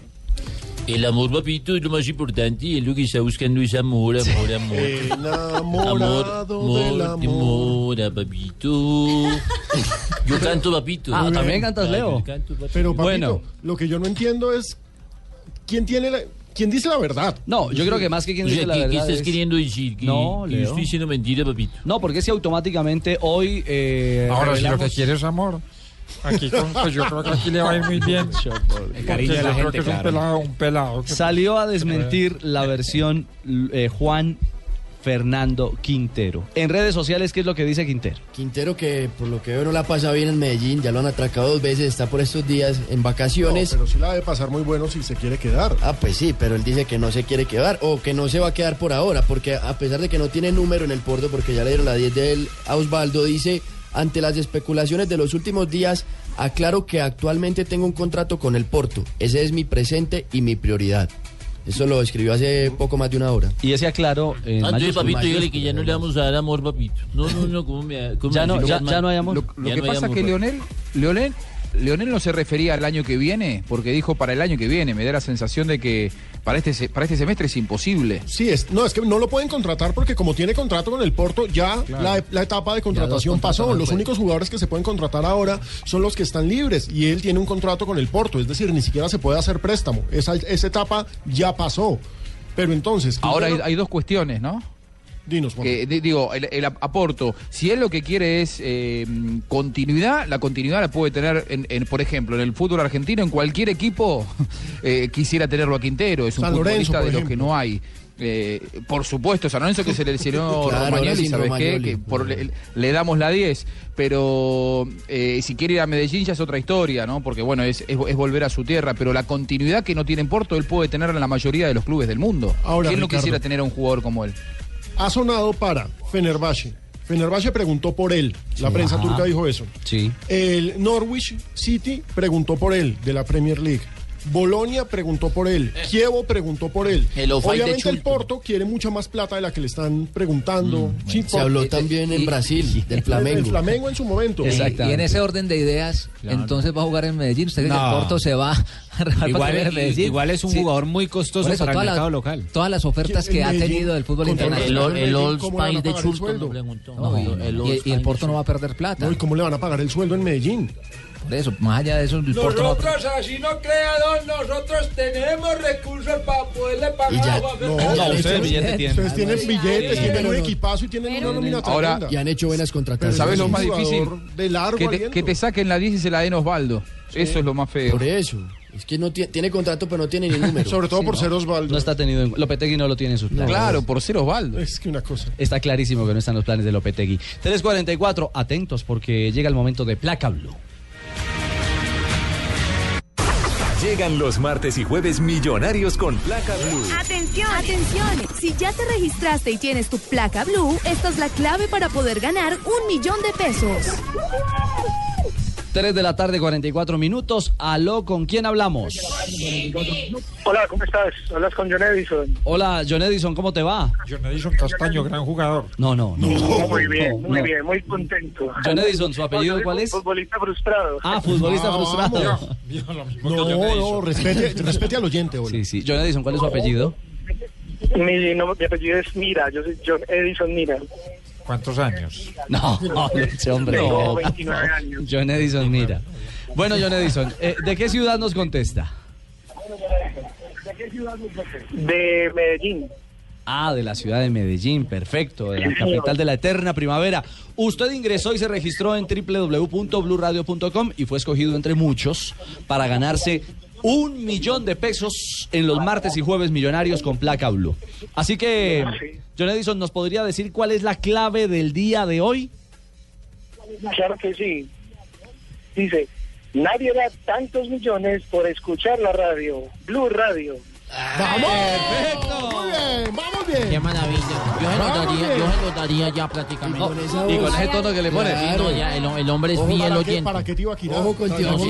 El amor, Bobito, es lo más importante. Y él lo que está buscando es amor, amor, amor. Eh, Enamorado amor, del amor, amor. a Bobito. Yo canto, Bobito. Muy eh, bien. Ah, yo canto, Bobito. Pero papito, Bueno. lo que yo no entiendo es quién tiene la, quién dice la verdad. No, yo creo que más que quien O sea, dice la ¿qué- verdad. qué estás es- queriendo decir? ¿Que- No, que Leo. estoy diciendo mentira, papito. No, porque si automáticamente hoy. eh, Ahora, si lo revelamos- que quiere es amor, aquí con- pues yo creo que aquí le va a ir muy bien. Porque cariño de yo la gente, creo que es un claro. pelado, un pelado. que- Salió a desmentir la versión eh, Juan Fernando Quintero. En redes sociales, ¿qué es lo que dice Quintero? Quintero que por lo que veo no la pasa bien en Medellín, ya lo han atracado dos veces, está por estos días en vacaciones. pero sí la debe pasar muy bueno si se quiere quedar. Ah, pues sí, pero él dice que no se quiere quedar o que no se va a quedar por ahora, porque a pesar de que no tiene número en el porto, porque ya le dieron la 10 de él a Osvaldo, dice, ante las especulaciones de los últimos días, aclaro que actualmente tengo un contrato con el porto. Ese es mi presente y mi prioridad. Eso lo escribió Mm. hace poco más de una hora. Y ese aclaro. en Ah, Entonces, mayúsculas. papito, dígale que ya no le vamos a dar amor, papito. No, no, no, ¿cómo me, cómo Ya me no- decís, ya- hermano? ya no hay amor. Lo- Lo ya que no hay pasa amor, que papito. Leonel, Leonel, Leonel no se refería al año que viene, porque dijo para el año que viene. Me da la sensación de que para este, se- para este semestre es imposible. Sí, es, no, es que no lo pueden contratar porque como tiene contrato con el Porto, ya la, la etapa de contratación pasó. Los únicos jugadores que se pueden contratar ahora son los que están libres y él tiene un contrato con el Porto, es decir, ni siquiera se puede hacer préstamo. Esa, esa etapa ya pasó. Pero entonces... Ahora hay, Quintero- hay dos cuestiones, ¿no? Dinos, Juan. Que, di- digo, el, el ap- aporto. Si él lo que quiere es eh, continuidad, la continuidad la puede tener, en, en, por ejemplo, en el fútbol argentino, en cualquier equipo eh, quisiera tenerlo a Quintero. Es un San Lorenzo, futbolista por de los ejemplo. que no hay. Eh, por supuesto, San Lorenzo que se le lesionó Claro, ahora Romagnoli, sin ¿sabes qué? Romagnoli. Que por- le, le damos la 10. Pero eh, si quiere ir a Medellín ya es otra historia, ¿no? Porque bueno, es, es- es volver a su tierra. Pero la continuidad que no tiene en Porto, él puede tener en la mayoría de los clubes del mundo. Ahora, ¿Quién no Ricardo. quisiera tener a un jugador como él? ha sonado para Fenerbahce. Fenerbahce preguntó por él. La Sí. prensa Ajá. turca dijo eso. Sí. El Norwich City preguntó por él de la Premier League. Bolonia preguntó por él, Kievo preguntó por él. El Ofai de Obviamente el Chulco. Porto quiere mucha más plata de la que le están preguntando. Sí, Se por- Eh, habló también en Brasil, del El Flamengo. Flamengo en su momento. Y en ese orden de ideas, entonces va a jugar en Medellín. Usted cree que el No. Porto se va a rajar para Igual, jugar en i- Medellín. igual es un Sí. jugador muy costoso Por eso, para el todas las- mercado local. Todas las ofertas que ha tenido del fútbol internacional. El- el Old Spice de Chulco, no preguntó. No, y- y, y el Porto no va a perder plata. No, ¿y cómo le van a pagar el sueldo en Medellín? Por eso, más allá de eso, el Porto no va a perder. Nosotros, así no crea don, nosotros tenemos recursos para poderle Y ya. pagar a Juan No, Fernando. ustedes- ustedes billete tienen. Ustedes tienen billetes, Sí. tienen un Pero- equipazo y tienen una nómina Ahora- tremenda. Y han hecho buenas contrataciones. ¿Sabes lo más difícil? De largo Que te, aliento. que te saquen la 10 y se la den a Osvaldo. Eso es lo más feo. Por eso. Es que no tiene, tiene contrato, pero no tiene ni número. Osvaldo. No está tenido en Lopetegui no lo tiene en sus planes. Claro, por ser Osvaldo. Es que una cosa. Está clarísimo que no están los planes de Lopetegui. 3.44, atentos porque llega el momento de Placa Blue. Llegan los martes y jueves millonarios con placa blue. Ah. Atención, atención. Si ya te registraste y tienes tu placa blue, esta es la clave para poder ganar un millón de pesos. 3 de la tarde, 44 minutos. Aló, ¿con quién hablamos? Hola, ¿cómo estás? Hablas con John Edison. Hola, John Edison, ¿cómo te va? John Edison Castaño, gran jugador. No, no, no. muy bien, no, muy no. bien, muy contento. John Edison, ¿su apellido Yo soy cuál un es? Futbolista frustrado. Ah, futbolista frustrado. No, no, respete, respete al oyente, hoy. Sí, sí. John Edison, ¿cuál es su apellido? Mi, no- mi apellido es Mira, yo soy John Edison Mira. ¿Cuántos años? No, ese hombre. Tengo no. 29 años. John Edison, mira. Bueno, John Edison, eh, ¿de qué ciudad nos contesta? De Medellín. Ah, de la ciudad de Medellín, perfecto, de la capital de la eterna primavera. Usted ingresó y se registró en www.bluradio.com y fue escogido entre muchos para ganarse un millón de pesos en los martes y jueves millonarios con placa blue. Así que, John Edison, ¿nos podría decir cuál es la clave del día de hoy? Claro que sí. Dice, nadie da tantos millones por escuchar la radio. Blue Radio. ¡Vamos! ¡Perfecto! Muy bien, vamos bien. Qué maravilla. Yo se lo daría, yo se lo daría ya prácticamente. Y con ese tono que le pone. Claro, ya, el, el hombre es Ojo, fiel ¿para qué- oyente. ¿Para qué te iba a quitar? Ojo con Ojo,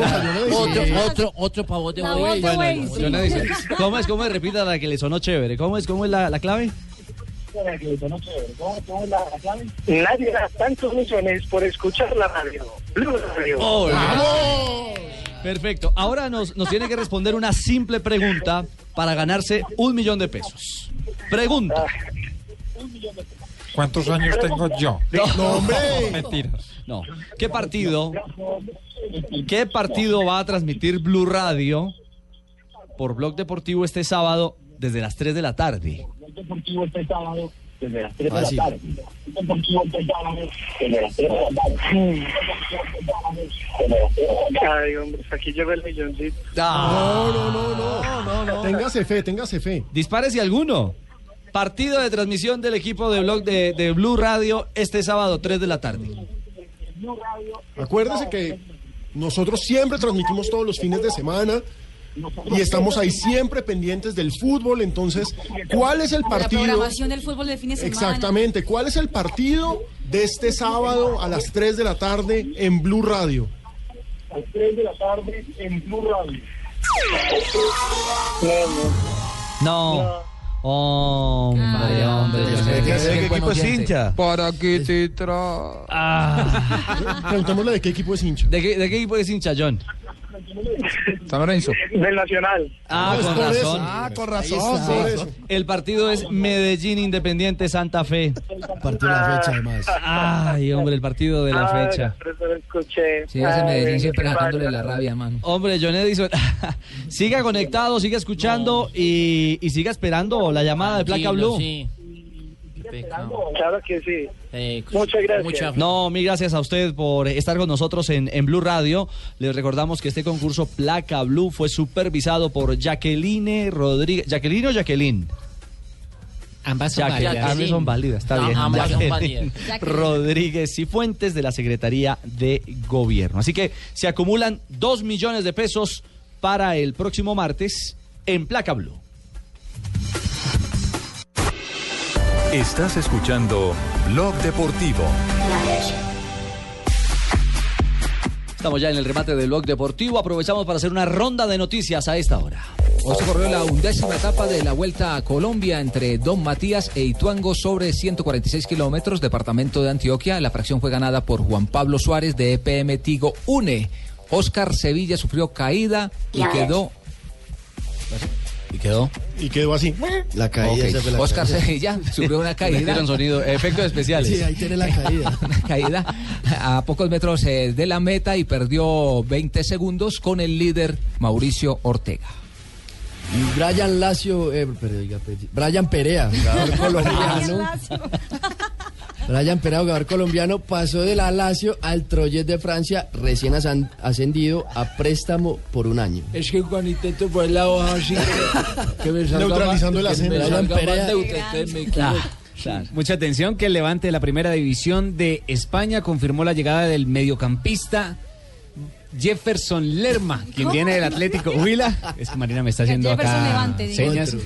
Otro, otro, otro pavo de La Waze. voz de Bueno, Waze. John Edison, ¿Cómo es? ¿Cómo es? Repita la que le sonó chévere. ¿Cómo es? ¿Cómo es la, la clave? Nadie da tantos millones por escuchar la radio. Blue Radio. Oh, Perfecto. Ahora nos, nos tiene que responder una simple pregunta para ganarse un millón de pesos. Pregunta. ¿Cuántos años tengo yo? No, hombre. Mentiras. No. ¿Qué partido? Ah, ¿Qué partido va a transmitir Blue Radio por Blog Deportivo este sábado desde las 3 de la tarde? Deportivo este sábado desde las 3 de la Ah, sí. tarde. Deportivo este sábado desde las 3 de la tarde. Ay, hombre, pues aquí lleva el milloncito. No, no, no, no, no, no. Téngase fe, téngase fe. Ah. Dispare si alguno. Partido de transmisión del equipo de Blog de, de Blue Radio este sábado 3 de la tarde. Acuérdese que nosotros siempre transmitimos todos los fines de semana y estamos ahí siempre pendientes del fútbol. Entonces, ¿cuál es el partido? La programación del fútbol de fin de semana. Exactamente, ¿cuál es el partido de este sábado a las 3 de la tarde en Blue Radio? A las 3 de la tarde en Blue Radio. No. Hombre, hombre. Desde yo sé que- que- desde sé que que equipo buen es oyente. Ah. hincha. Para que te tra... Preguntémosle de qué equipo es hincha. ¿De qué, de qué equipo es hincha, John? San Lorenzo. Del Nacional. Ah, No, es con por razón. eso. Ah, con razón, Ahí está. por eso. El partido es Medellín Independiente Santa Fe. Partido de la fecha, además. Ay, hombre, el partido de la Ay, fecha. pero eso lo escuché. Sí, ese Medellín Ay, siempre qué sacándole bárbaro. la rabia, Hombre, John Edison, siga conectado, siga escuchando y, y siga esperando la llamada de Placa Tranquilo, Blue. sí. Claro que sí. Eh, Muchas gracias. No, mil gracias a usted por estar con nosotros en, en Blue Radio. Les recordamos que este concurso Placa Blue fue supervisado por Jacqueline Rodríguez. ¿Jacqueline o Jacqueline? Ambas son Jacqueline. válidas. Ambas son válidas, está Ah, bien. ambas son Jacqueline válidas. Jacqueline. Rodríguez y Fuentes de la Secretaría de Gobierno. Así que se acumulan dos millones de pesos para el próximo martes en Placa Blue. Estás escuchando Blog Deportivo. Estamos ya en el remate del blog deportivo. Aprovechamos para hacer una ronda de noticias a esta hora. Hoy se corrió la undécima etapa de la Vuelta a Colombia entre Don Matías e Ituango sobre 146 kilómetros, departamento de Antioquia. La fracción fue ganada por Juan Pablo Suárez de EPM Tigo Une. Oscar Sevilla sufrió caída y quedó ¿Y quedó? Y quedó así. La caída, esa fue la Oscar caída. Sevilla sufrió una caída. Metieron sonido, efectos especiales. Sí, ahí tiene la caída. una caída a pocos metros eh, de la meta y perdió 20 segundos con el líder Mauricio Ortega. Y Brian Lacio, eh, pero diga, pe- Brian Perea, jugador colombiano. Brian Perea, jugador colombiano, pasó del Alacio al Troyes de Francia, recién asan- ascendido a préstamo por un año. Es que cuando intento poner la hoja así, que, que me salga Neutralizando más- el que acento. me salga Alan más Perea. neutra, entonces me Claro, equivoco. claro. Mucha atención que el Levante de la Primera División de España confirmó la llegada del mediocampista Jefferson Lerma, quien viene del Atlético Huila. Es que Marina me está haciendo Jefferson acá Levante, digo. señas.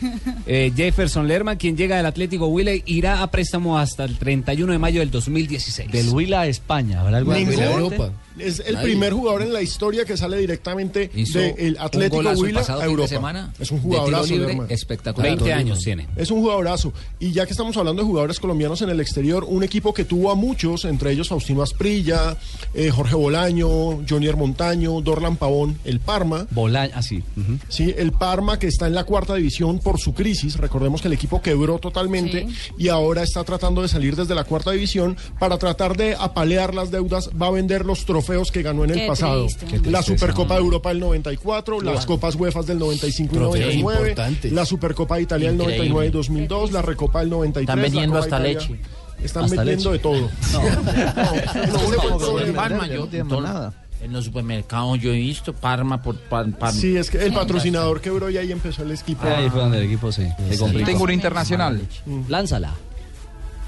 Eh, Jefferson Lerma, quien llega del Atlético Huila, irá a préstamo hasta el 31 de mayo del 2016. Del Huila a España, ¿habrá algo Ningún- Es el Nadie. primer jugador en la historia que sale directamente Hizo del un Atlético golazo el Huila pasado a fin de Europa. semana es un de jugadorazo, tiro libre Lerma. espectacular. 20 años tiene. Es un jugadorazo. Y ya que estamos hablando de jugadores colombianos en el exterior, un equipo que tuvo a muchos, entre ellos Faustino Asprilla, eh, Jorge Bolaño, Jonier Montaño, Dorlan Pavón, el Parma. Bolaño, así. Sí, el Parma que está en la cuarta división por su crisis. Recordemos que el equipo quebró totalmente y ahora está tratando de salir desde la cuarta división para tratar de apalear las deudas. Va a vender los trofeos que ganó en el Qué pasado. triste. Qué La tristeza. Supercopa de Europa del 94, las Claro. Copas UEFA del 95 y Trofeos 99, importantes. la Supercopa de Italia del Increíble. 99 y 2002, la Recopa del 93. Están la vendiendo Copa hasta de Italia. leche. Están Hasta vendiendo leche. de todo. Todo en Parma, no yo, tienen todo- nada. En los supermercados yo he visto Parma por par- Parma. Sí, es que el patrocinador quebró y ahí empezó el equipo. Ahí fue donde el equipo se, se complicó. Tengo una internacional. Mm. Lánzala.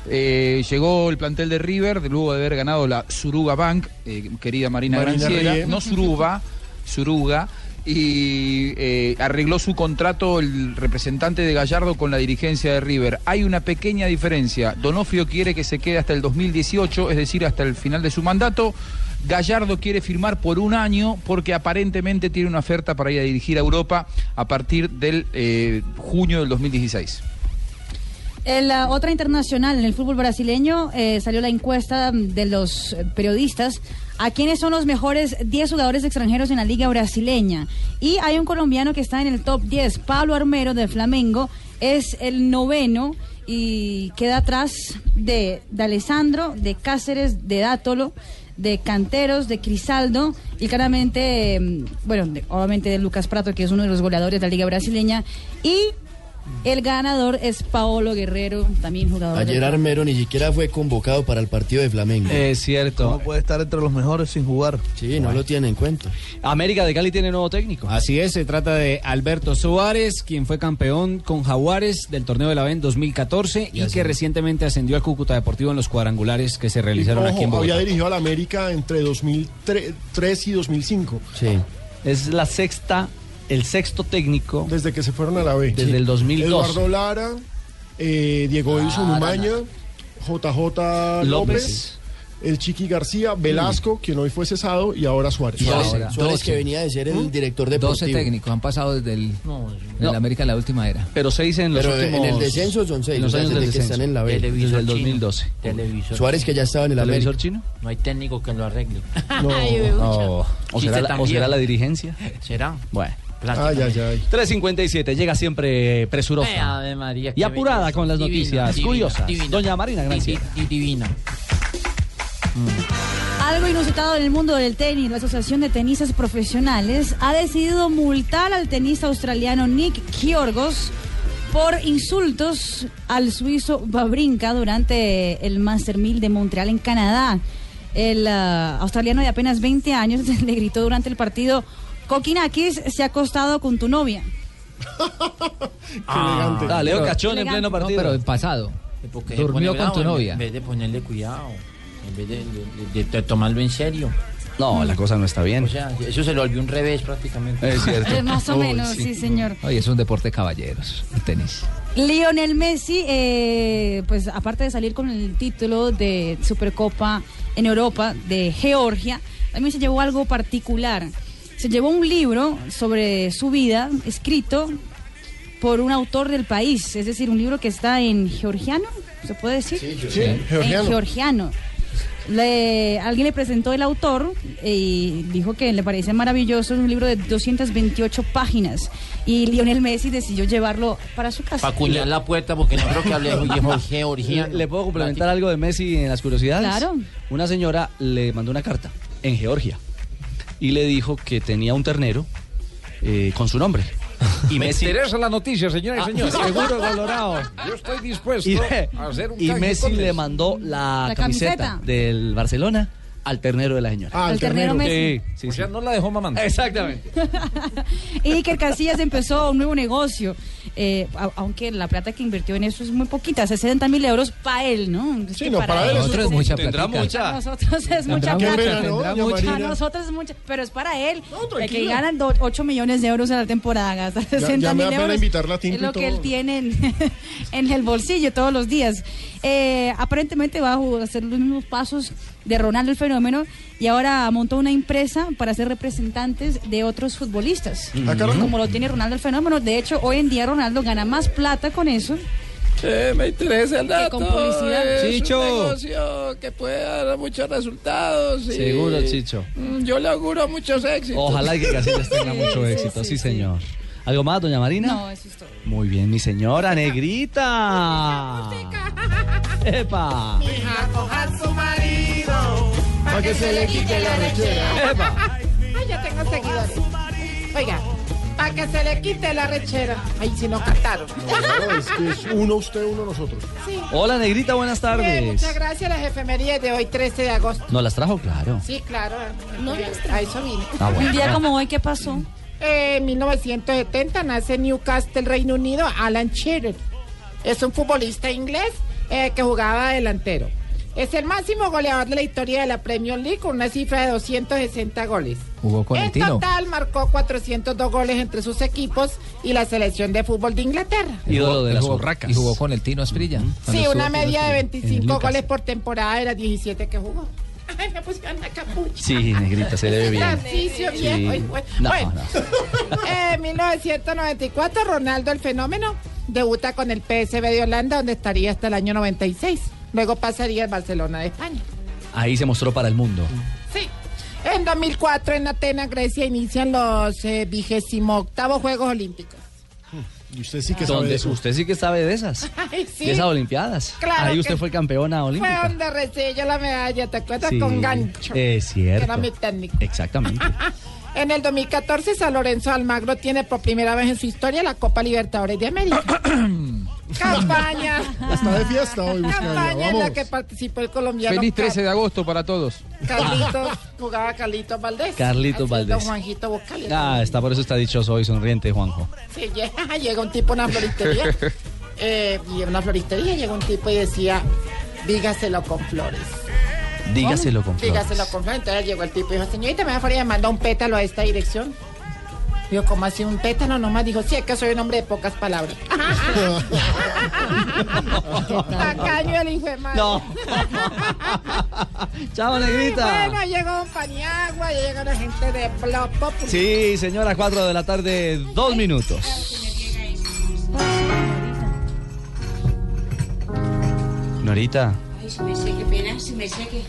Eh, llegó el plantel de River, de- luego de haber ganado la Suruga Bank, eh, querida Marina, Marina Granciera, Rie. no Suruba, Suruga, y eh, arregló su contrato el representante de Gallardo con la dirigencia de River. Hay una pequeña diferencia. Donofrio quiere que se quede hasta el 2018, es decir, hasta el final de su mandato. Gallardo quiere firmar por un año porque aparentemente tiene una oferta para ir a dirigir a Europa a partir del eh, junio del 2016. En Eh, la otra internacional, en el fútbol brasileño, eh, salió la encuesta de los eh, periodistas a quiénes son los mejores 10 jugadores extranjeros en la liga brasileña. Y hay un colombiano que está en el top 10, Pablo Armero de Flamengo, es el noveno y queda atrás de, de Alessandro, de Cáceres, de Dátolo, de Canteros, de Crisaldo y claramente, eh, bueno, de- obviamente de Lucas Prato, que es uno de los goleadores de la liga brasileña. Y el ganador es Paolo Guerrero, también jugador. Ayer del- Armero ni siquiera fue convocado para el partido de Flamengo. Es cierto. No puede estar entre los mejores sin jugar. Sí, no lo tiene en cuenta. América de Cali tiene nuevo técnico. Así es, se trata de Alberto Suárez, quien fue campeón con Jaguares del torneo de la B en 2014 y, que recientemente ascendió al Cúcuta Deportivo en los cuadrangulares que se realizaron Ojo, aquí en había Bogotá. dirigido a la América entre 2003 y 2005. Sí. Es la sexta, el sexto técnico. Desde que se fueron a la B. Desde el 2002. Eduardo Lara, eh, Diego Edison Umaña, JJ López, Ah, López. Mm. el Chiqui García, Velasco, quien hoy fue cesado, y ahora Suárez. Y Suárez, Suárez que venía de ser el director deportivo. 12 técnicos han pasado desde el, No. el América de la última era. Pero seis en los Pero en últimos... el descenso son seis, en los o sea, años del desde que descenso. están en la B. Desde Televisor el chino. 2012. Televisor Suárez que ya estaba en el ¿Televisor América. chino? No hay técnico que lo arregle. Ay, No. ¿O, será la, o será la dirigencia? dirigencia? ¿Será? Bueno. Ah, Ay, ay, ay. 3.57, llega siempre presurosa. Eh, Ave María, y qué apurada belleza. con las Divina, noticias divina, curiosas. divina. Doña Marina Granciera. Divina. Algo inusitado en el mundo del tenis. La Asociación de Tenistas Profesionales ha decidido multar al tenista australiano Nick Kyrgios por insultos al suizo Babrinka durante el Master 1000 de Montreal en Canadá. El ah, australiano de apenas 20 años le gritó durante el partido, Kokinakis se ha acostado con tu novia. elegante. Ah, Leo Cachón en pleno partido. No, pero el pasado. Porque Durmió se pone con tu bravo, novia. En vez de ponerle cuidado, en vez de, de- de- de tomarlo en serio. No, la cosa no está bien. O sea, eso se lo volvió un revés prácticamente. Es Eh, Más o menos, sí señor. Oye, es un deporte de caballeros, el tenis. Lionel Messi, eh, pues aparte de salir con el título de Supercopa en Europa de Georgia, también se llevó algo particular. Se llevó un libro sobre su vida, escrito por un autor del país, es decir, un libro que está en georgiano, ¿se puede decir? Sí, georgiano. Sí, georgiano. En georgiano. Le- alguien le presentó el autor eh, y dijo que le parece maravilloso, es un libro de 228 páginas. Y Lionel Messi decidió llevarlo para su casa. Para acuñar la puerta porque no creo que hable Jorge Orgía. ¿Le puedo complementar algo de Messi en las curiosidades? Claro. Una señora le mandó una carta en Georgia y le dijo que tenía un ternero eh, con su nombre. Y Me Messi, interesa la noticia, señoras y Ah, señores. seguro, Colorado. Yo estoy dispuesto y, a hacer un y canje Messi con le eso. mandó la, La camiseta. camiseta. del Barcelona al ternero de la señora. Ah, al Al ternero ternero. Messi. Sí, sí, o sea, no la dejó mamando. Exactamente. Y Iker Casillas empezó un nuevo negocio, eh, a- aunque la plata que invirtió en eso es muy poquita, 60 mil euros para él, ¿no? Es que Nosotros mucha platica. Para nosotros es mucha Tendrá plata. mucha, tendrá Para mucha. nosotros es mucha, pero es para él. el que tranquilo. ganan do- 8 millones de euros a la temporada, gasta ya 60 me mil da pena euros. invitarla a tinto es lo y que él todo. tiene en, en el bolsillo todos los días. Eh, aparentemente va a ju- hacer los mismos pasos de Ronaldo el Fenómeno y ahora montó una empresa para ser representantes de otros futbolistas. Ah, caramba. Como lo tiene Ronaldo el Fenómeno. De hecho, hoy en día Ronaldo gana más plata con eso. Eh, me interesa el dato. con publicidad. Es Chicho. un negocio que puede dar muchos resultados. y- Seguro, Chicho. Mm, Yo le auguro muchos éxitos. Ojalá y que Casillas tenga mucho éxito, sí, señor. ¿Algo más, doña Marina? No, eso es todo. Muy bien, mi señora negrita. ¡Epa! Mija, coja a su marido pa' que se le quite la rechera. Epa. Ay, ya tengo seguidores. Oiga, para que se le quite la rechera. Ay, si no cantaron. No, es que es uno usted, uno nosotros. Sí. Hola, negrita, buenas Bien, tardes. muchas gracias a las efemerías de hoy, 13 de agosto. ¿No las trajo? Claro. Sí, claro. No, a eso vine. Ah, bueno. Un día como hoy, ¿qué pasó? Eh, En 1970 nace en Newcastle, Reino Unido, Alan Shearer. Es un futbolista inglés eh, que jugaba delantero. Es el máximo goleador de la historia de la Premier League con una cifra de 260 goles. Jugó con el En Tino. total marcó 402 goles entre sus equipos y la selección de fútbol de Inglaterra. Ídolo de las borracas. Y jugó con el Tino Asprilla. cuando Sí, estuvo una con media de el- en el 25 Lucas. goles por temporada de las 17 que jugó. Ay, me pues, pusieron la capucha. Sí, negrita, se le ve bien. Ejercicio Sí. bien. Ay, bueno. No, Bueno, no. en 1994, Ronaldo el Fenómeno debuta con el PSV de Holanda, donde estaría hasta el año 96. Luego pasaría al Barcelona de España. Ahí se mostró para el mundo. Sí. En 2004, en Atenas, Grecia, inician los eh, vigésimo octavos Juegos Olímpicos. Y usted sí que sabe Donde de eso. usted sí que sabe de esas. Ay, sí. De esas olimpiadas. Claro Ahí que- usted fue campeona Fue olímpica. donde recibió la medalla, ¿te acuerdas? Sí, Con gancho. Es cierto. Era mi técnico. Exactamente. En el 2014, San Lorenzo Almagro tiene por primera vez en su historia la Copa Libertadores de América. campaña. Está de fiesta hoy, Buscalia. Campaña en la Vamos. que participó el colombiano Feliz 13 de agosto para todos. Carlitos, jugaba Carlitos Valdés. Carlitos Haciendo Valdés. Juanjito Bocales. Ah, está por eso está dichoso hoy, sonriente, Juanjo. Sí, llega, llega un tipo a una floristería. eh, y en una floristería llegó un tipo y decía, dígaselo con flores. Dígaselo con flor. Dígaselo con flores. Entonces llegó el tipo y dijo, señorita, me va a mandar un pétalo a esta dirección. Digo, ¿cómo así un pétalo? Nomás dijo, sí, es que soy un hombre de pocas palabras. Tacaño el hijo de madre. No. Chao, Ay, negrita. bueno, llegó un paniagua, llegó la gente de Blog Popular. Sí, señora, 4 de la tarde, dos minutos. Norita, Ay, si me sé qué pena, si me sé que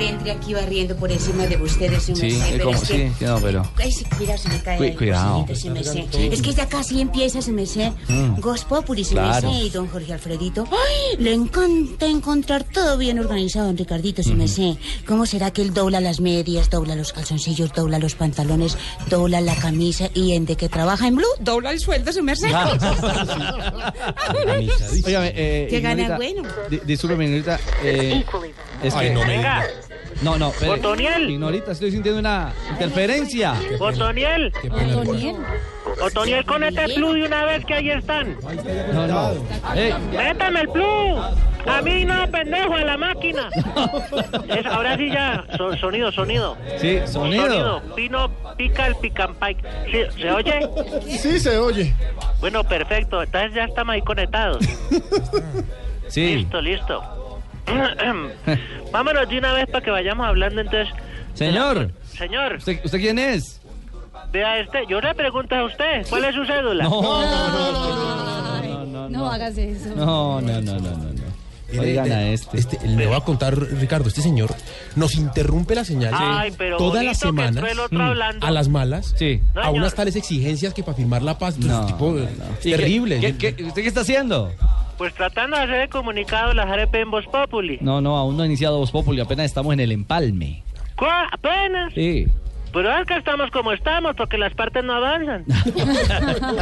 vendré aquí barriendo por encima de ustedes. Si me sí, sé, eh, pero como es que- sí, que no, pero. Ay, sí, cuidado, se me cae. Cu- ahí, cuidado. cosita, se me sé. Sí. Es que ya casi empieza, se me sé. Mm. Gos Populi, se Claro. me sé. Y don Jorge Alfredito. ¡Ay! Le encanta encontrar todo bien organizado, don Ricardito, se me sé. ¿Cómo será que él dobla las medias, dobla los calzoncillos, dobla los pantalones, dobla la camisa y en de que trabaja en blue, dobla el sueldo, se me sé? Ah. Óigame, eh, Que gana Norita, bueno. di- Discúlpeme, Norita. eh, es que- Ay, no me diga. No, no, espere. Otoniel. Y Norita, estoy sintiendo una interferencia. Otoniel. Otoniel. Otoniel, conecta el plus de una vez que ahí están. No, no. Ey, Métame el plus. A mí no, pendejo, a la máquina. Es- ahora sí ya. So- sonido, sonido. Sí, sonido. Pino pica el picampay. ¿Sí, ¿Se oye? Sí, se oye. Bueno, perfecto. Entonces ya estamos ahí conectados. Sí. Listo, listo. Vámonos de una vez para que vayamos hablando entonces. Señor, Señor. ¿Usted, usted quién es? Vea este, yo le pregunto a usted, ¿cuál es su cédula? No, No, hagas eso. No, no, no, no, no. Mire, de- este. le voy a contar, Ricardo, este señor nos interrumpe la señal Ay, pero todas las bonito que semanas fue el otro mm, hablando. a las malas, No, a señor. unas tales exigencias que para firmar la paz, pues, tipo, es ¿Y qué- terrible. qué- qué- ¿Usted qué está haciendo? Pues tratando de hacer el comunicado de la JRP en Voz Populi. No, no, aún no ha iniciado Voz Populi, apenas estamos en el empalme. ¿Cuá- Apenas. Sí. Pero acá estamos como estamos, porque las partes no avanzan.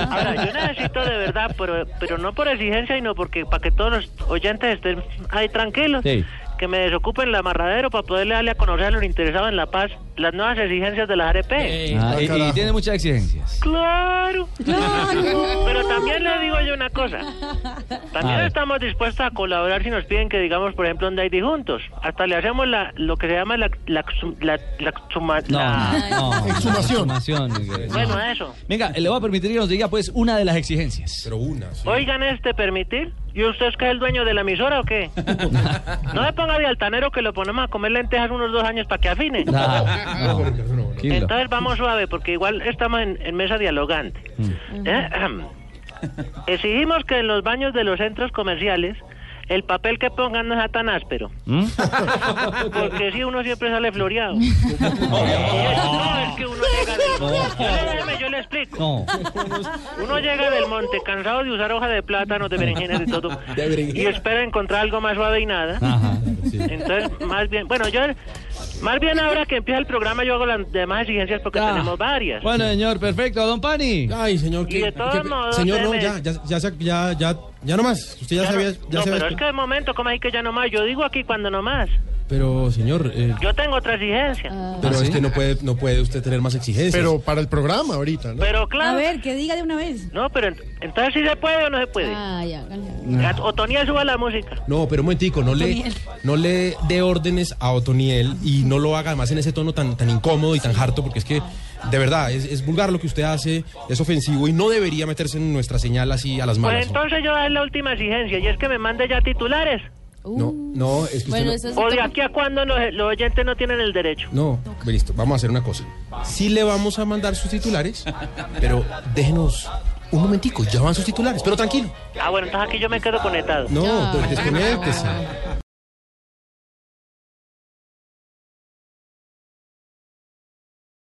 Ahora, yo necesito de verdad, pero, pero no por exigencia, sino porque para que todos los oyentes estén ahí tranquilos. Sí. Que me desocupen el amarradero para poderle darle a conocer a los interesados en la paz las nuevas exigencias de la JRP. Ah, y- y, tiene muchas exigencias. Claro. Claro. Pero también le digo yo una cosa. También A ver. estamos dispuestos a colaborar si nos piden que digamos, por ejemplo, un Daddy juntos. Hasta le hacemos la, lo que se llama la... la, la, la, suma- No, Ah, la- no, Ah, no, Exhumación. exhumación, Miguel, no. Bueno, eso. Venga, le voy a permitir que nos diga pues una de las exigencias. Pero una. Oigan este permitir. ¿Y usted es que es el dueño de la emisora o qué? No me ponga de altanero que lo ponemos a comer lentejas unos dos años para que afine. Entonces vamos suave porque igual estamos en, en mesa dialogante. Eh, Exigimos que en los baños de los centros comerciales el papel que pongan no sea tan áspero. ¿Mm? Porque si uno siempre sale floreado. Y es- no, es que uno llega del Espérame, yo le explico. Uno llega del monte cansado de usar hoja de plátano, de berenjenas, de todo. Y espera encontrar algo más suave y nada. Entonces, más bien, bueno, yo más bien ahora que empieza el programa yo hago las demás exigencias porque Ah. tenemos varias. Bueno, señor, perfecto. Don Pani. Ay, señor, Y de todos qué- modos, señor, no, deme- ya, ya, ya, se- ya, ya, ya no más. Usted ya, Ya no- sabía, ya no, sabía pero que- es que de momento, ¿cómo es que ya nomás? Yo digo aquí cuando nomás. pero, señor, eh, Yo tengo otra exigencia. Ah. pero es que no puede, no puede usted tener más exigencias. Pero para el programa ahorita, ¿no? Pero claro. A ver, que diga de una vez. Ah, No, pero ent- entonces si se puede o no se puede. Ay, hágale. Ya, Otoniel suba la música. No, pero un momentico, no le, Otoniel. no le dé órdenes a Otoniel y no lo haga además en ese tono tan, tan incómodo y tan harto, porque es que, de verdad, es, es vulgar lo que usted hace, es ofensivo y no debería meterse en nuestra señal así a las Pues malas. entonces yo voy a dar la última exigencia y es que me mande ya titulares. No, no, es que usted no- o de aquí a cuando los, los oyentes no tienen el derecho. No, listo, vamos a hacer una cosa. Sí le vamos a mandar sus titulares, pero déjenos un momentico, ya van sus titulares, pero tranquilo. Ah, bueno, entonces aquí yo me quedo conectado. No, desconéctese.